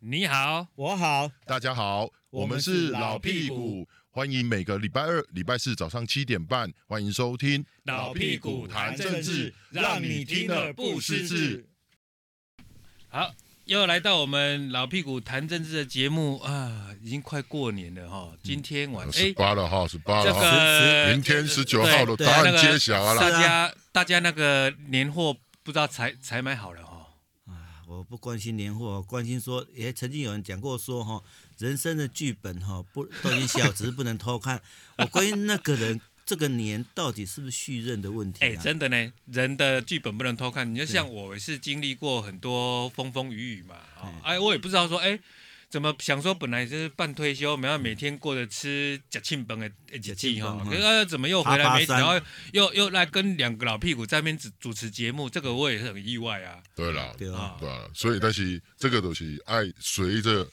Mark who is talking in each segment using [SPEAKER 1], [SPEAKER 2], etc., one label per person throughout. [SPEAKER 1] 你好，
[SPEAKER 2] 我好，
[SPEAKER 3] 大家好，
[SPEAKER 2] 我
[SPEAKER 3] 我
[SPEAKER 2] 们
[SPEAKER 3] 们
[SPEAKER 2] 是
[SPEAKER 3] 是
[SPEAKER 2] 老
[SPEAKER 3] 老
[SPEAKER 2] 屁
[SPEAKER 3] 屁
[SPEAKER 2] 股
[SPEAKER 3] 股，欢迎每个礼拜二、礼拜四早上七点半，欢迎收听
[SPEAKER 1] 老屁股谈政治，
[SPEAKER 3] 让你听了不失智。
[SPEAKER 1] 好，又来到我们老屁股谈政治的节目啊，已经快过年了哈，今天晚
[SPEAKER 3] 嗯十
[SPEAKER 1] 哎，
[SPEAKER 3] 八了哈，十八
[SPEAKER 1] 这
[SPEAKER 3] 了哈，
[SPEAKER 1] 个呃
[SPEAKER 3] 明天十九号的
[SPEAKER 2] 对
[SPEAKER 3] 答
[SPEAKER 1] 那
[SPEAKER 3] 案
[SPEAKER 1] 个
[SPEAKER 3] 揭晓
[SPEAKER 1] 大
[SPEAKER 3] 了，
[SPEAKER 1] 家大家那个年货不知道才才买好了哈，
[SPEAKER 2] 啊，我不关心年货，关心说，也曾经有人讲过说哈，人生的剧本哈不都已经写好，只是不能偷看。我关心那个人这个年到底是不是续任的问题
[SPEAKER 1] 哎，
[SPEAKER 2] 啊？
[SPEAKER 1] 真的呢，人的剧本不能偷看。你就像我也是经历过很多风风雨雨嘛，哦哎，我也不知道说哎。怎么想说本来就是半退休，然后每天过着吃假庆崩的一
[SPEAKER 2] 吃
[SPEAKER 1] 季
[SPEAKER 2] 庆
[SPEAKER 1] 哈
[SPEAKER 2] 饭，
[SPEAKER 1] 可是、
[SPEAKER 2] 哈
[SPEAKER 1] 呃、怎么又回
[SPEAKER 2] 爬
[SPEAKER 1] 来
[SPEAKER 2] 爬
[SPEAKER 1] 没？
[SPEAKER 2] 山
[SPEAKER 1] 然后又又来跟两个老屁股在那边主主持节目，这个我也是很意外啊。
[SPEAKER 3] 对了，
[SPEAKER 2] 对啊，
[SPEAKER 1] 啊
[SPEAKER 3] 对啊，所以但是这个东西爱随着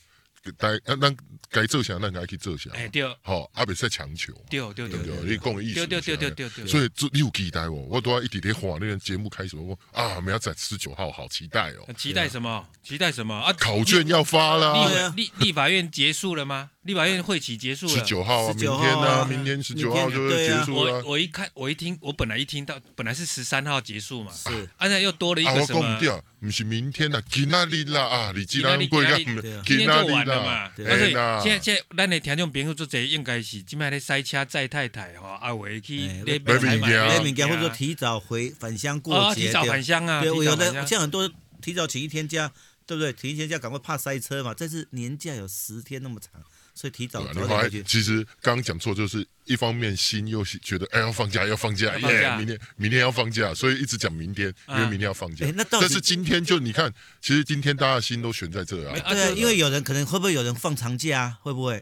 [SPEAKER 3] 该咱咱该做啥，咱该去做啥，
[SPEAKER 1] 哎，对
[SPEAKER 3] 好，阿别再强求，
[SPEAKER 1] 对对
[SPEAKER 3] 对不
[SPEAKER 1] 对
[SPEAKER 3] 对？你讲的意
[SPEAKER 1] 对
[SPEAKER 3] 思
[SPEAKER 1] 对
[SPEAKER 3] 就
[SPEAKER 1] 对
[SPEAKER 3] 是这
[SPEAKER 1] 对
[SPEAKER 3] 样。
[SPEAKER 1] 对对，
[SPEAKER 3] 所以这你有期待哦，我都要一点点晃那个节目开始，我说啊，明仔载十九号，好期待哦！
[SPEAKER 1] 期待什么？期待什么啊？
[SPEAKER 3] 考卷要发啦，
[SPEAKER 1] 立
[SPEAKER 2] 对啊
[SPEAKER 1] 委立立法院结束了吗？立法院会期结束
[SPEAKER 3] 十
[SPEAKER 1] 了。
[SPEAKER 3] 九号啊，
[SPEAKER 2] 19
[SPEAKER 3] 明天
[SPEAKER 2] 号啊
[SPEAKER 3] 啊，明天十九号
[SPEAKER 2] 明天
[SPEAKER 3] 就会
[SPEAKER 2] 对啊
[SPEAKER 3] 结束
[SPEAKER 1] 我
[SPEAKER 3] 了。
[SPEAKER 1] 我一看，我一听，我本来一听到，本来是十三号结束嘛，
[SPEAKER 2] 是
[SPEAKER 1] 啊，那又多了一
[SPEAKER 3] 啊，
[SPEAKER 1] 个
[SPEAKER 3] 我
[SPEAKER 1] 什
[SPEAKER 3] 讲
[SPEAKER 1] 么
[SPEAKER 3] 唔？掉，唔是明天啦，今仔日啦啊，你既然过
[SPEAKER 1] 今
[SPEAKER 3] 个
[SPEAKER 1] 仔日啊今
[SPEAKER 2] 今仔日
[SPEAKER 1] 天
[SPEAKER 3] 仔
[SPEAKER 1] 就完了嘛啊
[SPEAKER 3] 啦，，
[SPEAKER 2] 对
[SPEAKER 1] 但是
[SPEAKER 3] 啦哎
[SPEAKER 1] 现在现在咱的听众朋友做者应该是今摆咧塞车载太太吼，啊，有的去
[SPEAKER 2] 哎
[SPEAKER 1] 咧
[SPEAKER 3] 买
[SPEAKER 1] 菜
[SPEAKER 3] 物件啊
[SPEAKER 2] 那敏感或者说提早回返乡过
[SPEAKER 1] 哦，
[SPEAKER 2] 节，
[SPEAKER 1] 提早
[SPEAKER 2] 对
[SPEAKER 1] 返乡啊，
[SPEAKER 2] 对，我
[SPEAKER 1] 提
[SPEAKER 2] 有
[SPEAKER 1] 早返
[SPEAKER 2] 的
[SPEAKER 1] 乡。
[SPEAKER 2] 像很多提早请一天假，对不对？请一天假赶快怕塞车嘛。但是年假有十天那么长，所以提早
[SPEAKER 3] 对啊
[SPEAKER 2] 早
[SPEAKER 3] 你
[SPEAKER 2] 点
[SPEAKER 3] 发
[SPEAKER 2] 回去。
[SPEAKER 3] 现其实刚刚讲错，就是一方面心又是觉得哎要放假要放假，
[SPEAKER 1] 要放假
[SPEAKER 3] 耶明天明天要放假，所以一直讲明天，因
[SPEAKER 1] 啊
[SPEAKER 3] 为明天要放假
[SPEAKER 2] 哎那。到底
[SPEAKER 3] 但是今天就你看，其实今天大家心都悬在这啊，
[SPEAKER 1] 啊
[SPEAKER 2] 对啊，
[SPEAKER 1] 就
[SPEAKER 2] 因为有人可能会不会有人放长假啊？会 不会？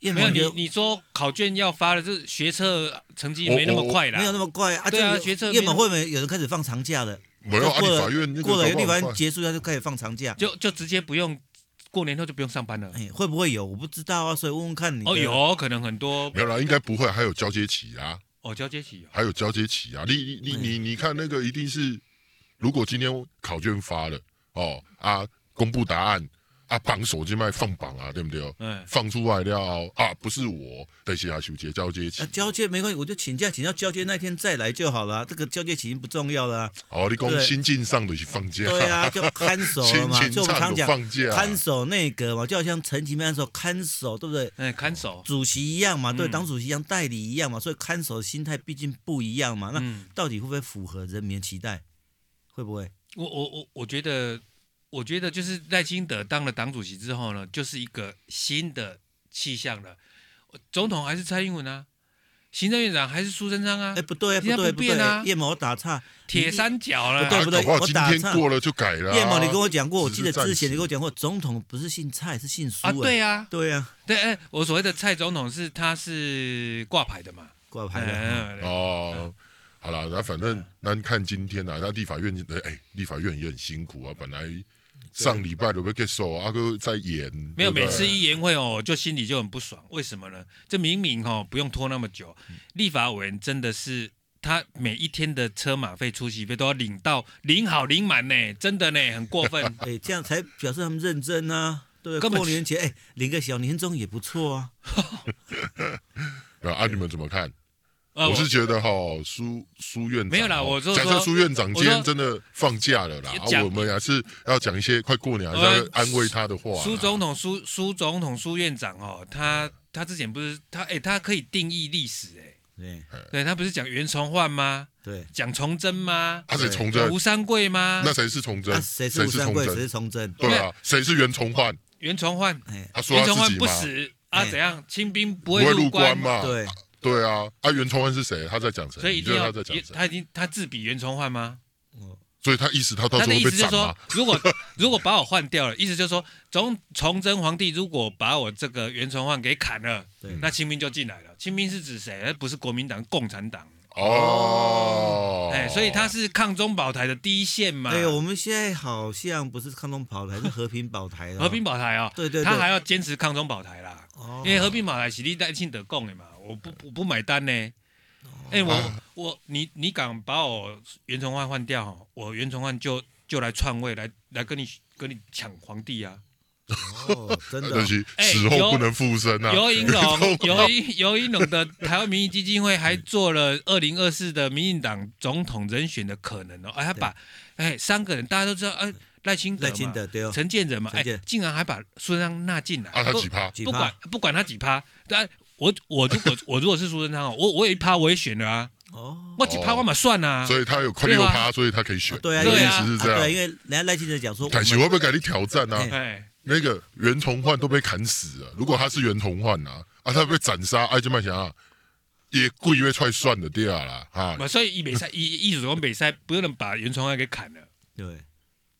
[SPEAKER 2] 因
[SPEAKER 1] 没有
[SPEAKER 2] 为
[SPEAKER 1] 你，你说考卷要发了，这学测成绩没那
[SPEAKER 3] 哦
[SPEAKER 1] 么快啦，
[SPEAKER 2] 没有那么快啊。
[SPEAKER 1] 对啊
[SPEAKER 2] 这个
[SPEAKER 1] 学测
[SPEAKER 2] 夜晚会不会有人开始放长假了？
[SPEAKER 3] 没有啊，
[SPEAKER 2] 过
[SPEAKER 3] 立
[SPEAKER 2] 了
[SPEAKER 3] 法院那个
[SPEAKER 2] 过了
[SPEAKER 3] 搞不好
[SPEAKER 2] 立法院
[SPEAKER 3] 快
[SPEAKER 2] 结束，他就开始放长假。
[SPEAKER 1] 就就直接不用过年后就不用上班了。
[SPEAKER 2] 哎，会不会有？我不知道啊，所以问问看你的。
[SPEAKER 1] 哦，有可能很多
[SPEAKER 3] 没有啦，应该不会，还有交接期啊。
[SPEAKER 1] 哦，交接起
[SPEAKER 3] 还有交接期啊，你你你你看那个一定是，如果今天考卷发了哦啊，公布答案啊，榜首就卖放榜啊，对不对？
[SPEAKER 1] 嗯
[SPEAKER 3] 放出来了啊，不是我，等下休节交接期
[SPEAKER 2] 啊，。交接没关系，我就请假，请到交接那天再来就好了啊。这个交接期已经不重要了 啊。
[SPEAKER 3] 哦，你
[SPEAKER 2] 对
[SPEAKER 3] 讲心境上的是放假，
[SPEAKER 2] 对啊，就看守了嘛，
[SPEAKER 3] 心情
[SPEAKER 2] 就我们常
[SPEAKER 3] 上有
[SPEAKER 2] 讲
[SPEAKER 3] 放假
[SPEAKER 2] 看守内阁嘛，就好像陈其迈那时候看守，对不对？
[SPEAKER 1] 哎，看守
[SPEAKER 2] 主席一样嘛，对，
[SPEAKER 1] 嗯
[SPEAKER 2] 党主席一样，代理一样嘛，所以看守的心态毕竟不一样嘛。 那
[SPEAKER 1] 嗯，
[SPEAKER 2] 到底会不会符合人民的期待？会不会？
[SPEAKER 1] 我我我我觉得，我觉得就是赖清德当了党主席之后呢，就是一个新的气象了。总统还是蔡英文啊，行政院长还是苏贞昌啊
[SPEAKER 2] 哎，，不对啊，
[SPEAKER 1] 人家不
[SPEAKER 2] 对，不对
[SPEAKER 1] 变啊，
[SPEAKER 2] 叶某我打岔，
[SPEAKER 1] 铁三角了。
[SPEAKER 2] 对
[SPEAKER 3] 啊
[SPEAKER 2] 不对
[SPEAKER 3] 搞不好
[SPEAKER 2] 我
[SPEAKER 3] 今
[SPEAKER 2] 打
[SPEAKER 3] 天
[SPEAKER 2] 岔
[SPEAKER 3] 过了就改了、啊。
[SPEAKER 2] 叶某你跟我讲过，我记得
[SPEAKER 3] 只是暂
[SPEAKER 2] 之前
[SPEAKER 3] 时
[SPEAKER 2] 你跟我讲过，总统不是姓蔡，是姓苏
[SPEAKER 1] 啊，对啊，
[SPEAKER 2] 对啊，
[SPEAKER 1] 对，哎，我所谓的蔡总统是他是挂牌的嘛，
[SPEAKER 2] 挂牌了。。
[SPEAKER 1] 嗯，
[SPEAKER 3] 哦。好了，那反正咱看今天啊，那立法院呃哎，立法院也很辛苦啊。本来上礼拜都被给手阿哥在啊演，
[SPEAKER 1] 没有，
[SPEAKER 3] 对
[SPEAKER 1] 每
[SPEAKER 3] 不对
[SPEAKER 1] 次一言会哦，我就心里就很不爽。为什么呢？这明明哦不用拖那么久，
[SPEAKER 3] 嗯
[SPEAKER 1] 立法委员真的是他每一天的车马费、出席费都要领到领好领满呢，真的呢，很 过分
[SPEAKER 2] 哎，这样才表示他们认真啊，对不
[SPEAKER 1] 根
[SPEAKER 2] 对？
[SPEAKER 1] 本
[SPEAKER 2] 过年前哎，领个小年终也不错啊。
[SPEAKER 3] 对啊，你们怎么看？
[SPEAKER 1] 呃
[SPEAKER 3] 我是觉得哈，苏苏院长
[SPEAKER 1] 没有啦
[SPEAKER 3] 齁
[SPEAKER 1] 我就
[SPEAKER 3] 假设
[SPEAKER 1] 说
[SPEAKER 3] 苏院长今
[SPEAKER 1] 我
[SPEAKER 3] 天
[SPEAKER 1] 说
[SPEAKER 3] 真的放假了啦，
[SPEAKER 1] 也
[SPEAKER 3] 啊
[SPEAKER 1] 讲
[SPEAKER 3] 我们还是要讲一些快过年，还是
[SPEAKER 1] 呃
[SPEAKER 3] 要安慰他的话啦。
[SPEAKER 1] 苏总统、苏苏总统、苏院长哦，他他之前不是他哎，他可以定义历史哎，
[SPEAKER 2] 对
[SPEAKER 1] 对他不是讲袁崇焕吗？
[SPEAKER 2] 对，
[SPEAKER 1] 讲崇祯吗？
[SPEAKER 3] 他啊是崇
[SPEAKER 1] 讲
[SPEAKER 3] 祯
[SPEAKER 1] 吴，三桂吗
[SPEAKER 3] 那？谁是崇
[SPEAKER 2] 那
[SPEAKER 3] 祯？
[SPEAKER 2] 啊谁是吴
[SPEAKER 3] 是
[SPEAKER 2] 三
[SPEAKER 3] 崇
[SPEAKER 2] 桂，谁
[SPEAKER 3] 祯？
[SPEAKER 2] 是崇祯？
[SPEAKER 3] 对啊，谁是袁崇焕？
[SPEAKER 1] 袁崇焕，
[SPEAKER 2] 哎，
[SPEAKER 3] 他说
[SPEAKER 1] 袁崇
[SPEAKER 3] 他自
[SPEAKER 1] 焕
[SPEAKER 3] 己
[SPEAKER 1] 不
[SPEAKER 3] 嘛，
[SPEAKER 1] 死啊？
[SPEAKER 2] 哎
[SPEAKER 1] 怎样？清兵不
[SPEAKER 3] 不
[SPEAKER 1] 会
[SPEAKER 3] 会
[SPEAKER 1] 入
[SPEAKER 3] 入
[SPEAKER 1] 关
[SPEAKER 3] 关嘛？
[SPEAKER 2] 对，
[SPEAKER 3] 对啊，啊袁崇焕是谁？他在讲谁？
[SPEAKER 1] 所以一
[SPEAKER 3] 你
[SPEAKER 1] 定
[SPEAKER 3] 觉得
[SPEAKER 1] 要
[SPEAKER 3] 他在讲
[SPEAKER 1] 也
[SPEAKER 3] 谁？
[SPEAKER 1] 他已经他自比袁崇焕吗？
[SPEAKER 3] 所以他意识他到
[SPEAKER 1] 他
[SPEAKER 3] 时
[SPEAKER 1] 的
[SPEAKER 3] 候
[SPEAKER 1] 意
[SPEAKER 3] 被
[SPEAKER 1] 思就是
[SPEAKER 3] 斩
[SPEAKER 1] 说
[SPEAKER 3] 嘛？，
[SPEAKER 1] 如果如果把我换掉了，意思就是说，从崇祯皇帝如果把我这个袁崇焕给砍了
[SPEAKER 2] 对，
[SPEAKER 1] 那清兵就进来了。清兵是指谁？不是国民党，共产党。
[SPEAKER 3] 哦，
[SPEAKER 1] 哎，所以他是抗中保台的第一线嘛。
[SPEAKER 2] 哎，我们现在好像不是抗中保台，是和平保台了。
[SPEAKER 1] 和平保台啊、
[SPEAKER 2] 对对对
[SPEAKER 1] 他还要坚持抗中保台啦，
[SPEAKER 2] 哦
[SPEAKER 1] 因为和平保台是历代庆德供的嘛，我不我不买单呢。
[SPEAKER 2] 哦
[SPEAKER 1] 哎、我、
[SPEAKER 3] 啊
[SPEAKER 1] 我你你敢把我袁崇焕换掉哦，我袁崇焕就就来篡位，来来跟你跟你抢皇帝啊！
[SPEAKER 2] 哦，真的
[SPEAKER 3] 但
[SPEAKER 2] 哦，
[SPEAKER 3] 是
[SPEAKER 1] 哎
[SPEAKER 3] 死后
[SPEAKER 1] 有
[SPEAKER 3] 不能复生啊。
[SPEAKER 1] 尤银龙，尤银尤银龙的台湾民意基金会还做了二零二四的民进党总统人选的可能哦，哎，还把哎三个人大家都知道，哎赖清德
[SPEAKER 2] 赖
[SPEAKER 1] 嘛、
[SPEAKER 2] 清德对哦，
[SPEAKER 1] 陈建仁嘛，哎
[SPEAKER 2] 陈建，
[SPEAKER 1] 竟然还把苏贞昌纳进来，
[SPEAKER 3] 啊，他
[SPEAKER 1] 不
[SPEAKER 3] 几趴？
[SPEAKER 2] 几
[SPEAKER 1] 不
[SPEAKER 2] 趴
[SPEAKER 1] 管不管他几趴，但我我如果我如果是苏贞昌哦，我我有一趴我也选了啊，
[SPEAKER 2] 哦，
[SPEAKER 1] 我几趴
[SPEAKER 3] 哦
[SPEAKER 1] 我嘛算啊，
[SPEAKER 3] 所以他有快
[SPEAKER 1] 对
[SPEAKER 3] 六
[SPEAKER 1] 啊
[SPEAKER 3] 趴，所以他可以选。
[SPEAKER 2] 对啊，
[SPEAKER 3] 你的
[SPEAKER 1] 对
[SPEAKER 3] 意
[SPEAKER 1] 啊
[SPEAKER 3] 思是
[SPEAKER 2] 啊
[SPEAKER 3] 这
[SPEAKER 2] 对，因
[SPEAKER 3] 样。
[SPEAKER 2] 为人家赖清德讲说，
[SPEAKER 3] 凯
[SPEAKER 2] 我
[SPEAKER 3] 奇
[SPEAKER 2] 们
[SPEAKER 3] 会不会改你挑战啊？
[SPEAKER 2] 哎
[SPEAKER 1] 哎，
[SPEAKER 3] 那个袁崇焕都被砍死啊了，如果他是袁崇焕啊，啊，他被斩杀，艾金麦想啊，也故意被踹算的掉啦啊！
[SPEAKER 1] 嘛所以一美赛一艺术中美赛不能把袁崇焕给砍了，
[SPEAKER 2] 对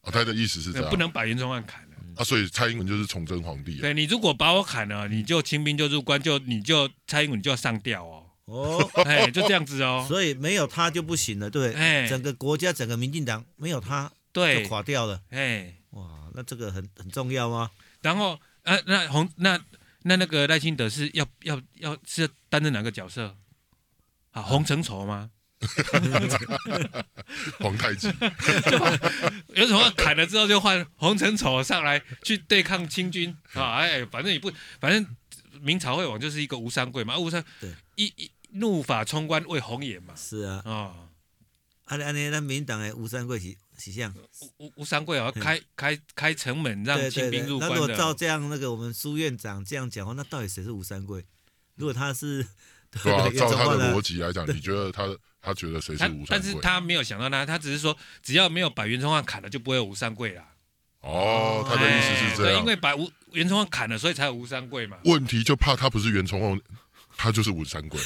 [SPEAKER 3] 啊他的意思是这样，
[SPEAKER 1] 不能把袁崇焕砍了。
[SPEAKER 3] 啊，所以蔡英文就是崇祯皇帝啊，
[SPEAKER 1] 对你如果把我砍了，你就清兵就入关，就你就蔡英文就要上吊哦，
[SPEAKER 2] 哦，啊
[SPEAKER 1] 哎，就这样子哦，
[SPEAKER 2] 所以没有他就不行了，对不
[SPEAKER 1] 哎
[SPEAKER 2] 对？整个国家、整个民进党没有他就
[SPEAKER 1] 对，
[SPEAKER 2] 垮掉了。
[SPEAKER 1] 哎，
[SPEAKER 2] 哇，那这个很很重要吗？
[SPEAKER 1] 然后啊，那洪那那那个赖清德是要要要是要担任哪个角色？啊，洪承畴吗？
[SPEAKER 3] 皇太 极。
[SPEAKER 1] 有什么砍了之后就换洪承畴上来去对抗清军
[SPEAKER 2] 嗯
[SPEAKER 1] 啊？哎，反正也不，反正明朝会往就是一个吴三桂嘛，啊吴三
[SPEAKER 2] 对
[SPEAKER 1] 一一怒发冲冠为红颜嘛，
[SPEAKER 2] 是啊，
[SPEAKER 1] 啊，
[SPEAKER 2] 安尼安尼，咱民进党的吴三桂是是像，
[SPEAKER 1] 吴吴三桂啊开开开城门让
[SPEAKER 2] 对
[SPEAKER 1] 清
[SPEAKER 2] 对
[SPEAKER 1] 兵
[SPEAKER 2] 对
[SPEAKER 1] 入。
[SPEAKER 2] 那
[SPEAKER 1] 关
[SPEAKER 2] 如果
[SPEAKER 1] 的。
[SPEAKER 2] 照这样，那个我们苏院长这样讲话，那到底谁是吴三桂？如果他是，
[SPEAKER 3] 对啊，
[SPEAKER 2] 严
[SPEAKER 3] 照
[SPEAKER 2] 重
[SPEAKER 3] 他
[SPEAKER 2] 化
[SPEAKER 3] 的
[SPEAKER 2] 呢
[SPEAKER 3] 逻辑来讲，你觉得他他觉得谁是
[SPEAKER 1] 他
[SPEAKER 3] 吴三
[SPEAKER 1] 但是
[SPEAKER 3] 桂？
[SPEAKER 1] 他没有想到他，他只是说只要没有把袁崇焕砍了，就不会有吴三桂啦。哎
[SPEAKER 3] 哦，他的意思是这
[SPEAKER 1] 对，
[SPEAKER 3] 样
[SPEAKER 1] 因。为把吴袁崇焕砍了，所以才有吴三桂嘛。
[SPEAKER 3] 问题就怕他不是袁崇焕，他就是吴 三桂。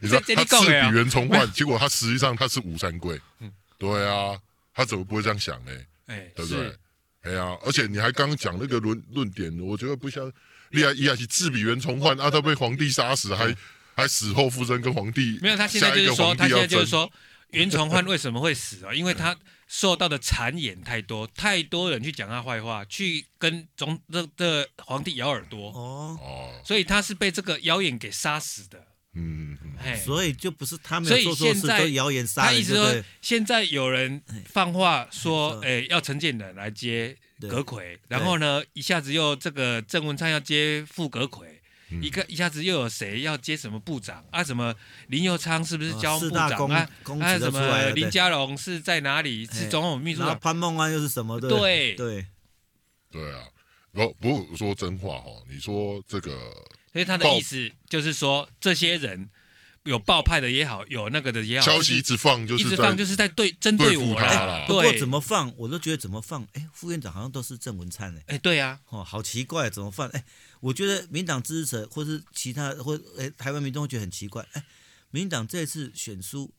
[SPEAKER 3] 你知道
[SPEAKER 1] 这这
[SPEAKER 3] 他
[SPEAKER 1] 你讲
[SPEAKER 3] 是
[SPEAKER 1] 的啊
[SPEAKER 3] 比袁崇焕，结果他实际上他是吴三桂。
[SPEAKER 1] 嗯
[SPEAKER 3] 对啊，他怎么不会这样想呢？
[SPEAKER 1] 哎，
[SPEAKER 3] 对不对
[SPEAKER 1] 是，？
[SPEAKER 3] 哎呀、而且你还刚刚讲那个论论点，我觉得不像利亚伊亚奇自比袁崇焕啊，他被皇帝杀死，还还死后附身跟皇帝，
[SPEAKER 1] 嗯没有他现在
[SPEAKER 3] 下
[SPEAKER 1] 就
[SPEAKER 3] 一
[SPEAKER 1] 是
[SPEAKER 3] 个
[SPEAKER 1] 说，
[SPEAKER 3] 皇
[SPEAKER 1] 他
[SPEAKER 3] 帝
[SPEAKER 1] 现在
[SPEAKER 3] 要
[SPEAKER 1] 就是
[SPEAKER 3] 争。
[SPEAKER 1] 说，袁崇焕为什么会死啊？因为他受到的谗言太多，太多人去讲他坏话，去跟总这这皇帝咬耳朵，
[SPEAKER 2] 哦，
[SPEAKER 3] 哦，
[SPEAKER 1] 所以他是被这个妖言给杀死的。
[SPEAKER 3] 嗯，嗯嗯
[SPEAKER 1] 哎，
[SPEAKER 2] 所以就不是他没
[SPEAKER 1] 所
[SPEAKER 2] 有
[SPEAKER 1] 以
[SPEAKER 2] 做错事，
[SPEAKER 1] 现在
[SPEAKER 2] 都谣言杀
[SPEAKER 1] 他
[SPEAKER 2] 人，
[SPEAKER 1] 一直
[SPEAKER 2] 对不
[SPEAKER 1] 说
[SPEAKER 2] 对？，
[SPEAKER 1] 现在有人放话说，
[SPEAKER 2] 嗯
[SPEAKER 1] 哎，要陈建仁来接
[SPEAKER 2] 对
[SPEAKER 1] 葛魁，然后呢，一下子又这个郑文灿要接副葛魁，
[SPEAKER 3] 嗯
[SPEAKER 1] 一个一下子又有谁要接什么部长啊？什么林佑昌是不是
[SPEAKER 2] 哦
[SPEAKER 1] 交通
[SPEAKER 2] 四
[SPEAKER 1] 部
[SPEAKER 2] 大
[SPEAKER 1] 长
[SPEAKER 2] 公
[SPEAKER 1] 啊？
[SPEAKER 2] 公
[SPEAKER 1] 啊，
[SPEAKER 2] 子
[SPEAKER 1] 什
[SPEAKER 2] 都出来
[SPEAKER 1] 么
[SPEAKER 2] 了，
[SPEAKER 1] 林
[SPEAKER 2] 对
[SPEAKER 1] 佳龙是在哪里？是
[SPEAKER 2] 哎
[SPEAKER 1] 总统秘书
[SPEAKER 2] 然后
[SPEAKER 1] 长？
[SPEAKER 2] 潘梦安又是什么？对不对
[SPEAKER 1] 对，
[SPEAKER 2] 对，
[SPEAKER 3] 对啊。不不过说真话哦，你说这个
[SPEAKER 1] 所以他的
[SPEAKER 3] 爆
[SPEAKER 1] 意思就是说，这些人有爆派的也好，有那个的也好，
[SPEAKER 3] 消息一直放，就
[SPEAKER 1] 一
[SPEAKER 3] 是
[SPEAKER 1] 直
[SPEAKER 3] 在
[SPEAKER 1] 放就是在对针
[SPEAKER 3] 对
[SPEAKER 1] 对
[SPEAKER 3] 付
[SPEAKER 1] 我
[SPEAKER 3] 他
[SPEAKER 1] 啦。
[SPEAKER 3] 啦。
[SPEAKER 2] 不过
[SPEAKER 1] 对
[SPEAKER 2] 怎么放，我都觉得怎么放，哎，副院长好像都是郑文灿哎。
[SPEAKER 1] 哎，对啊，
[SPEAKER 2] 哦，好奇怪，怎么犯？哎，我觉得民党支持者或是其他或哎台湾民众会觉得很奇怪，哎，民党这次选输，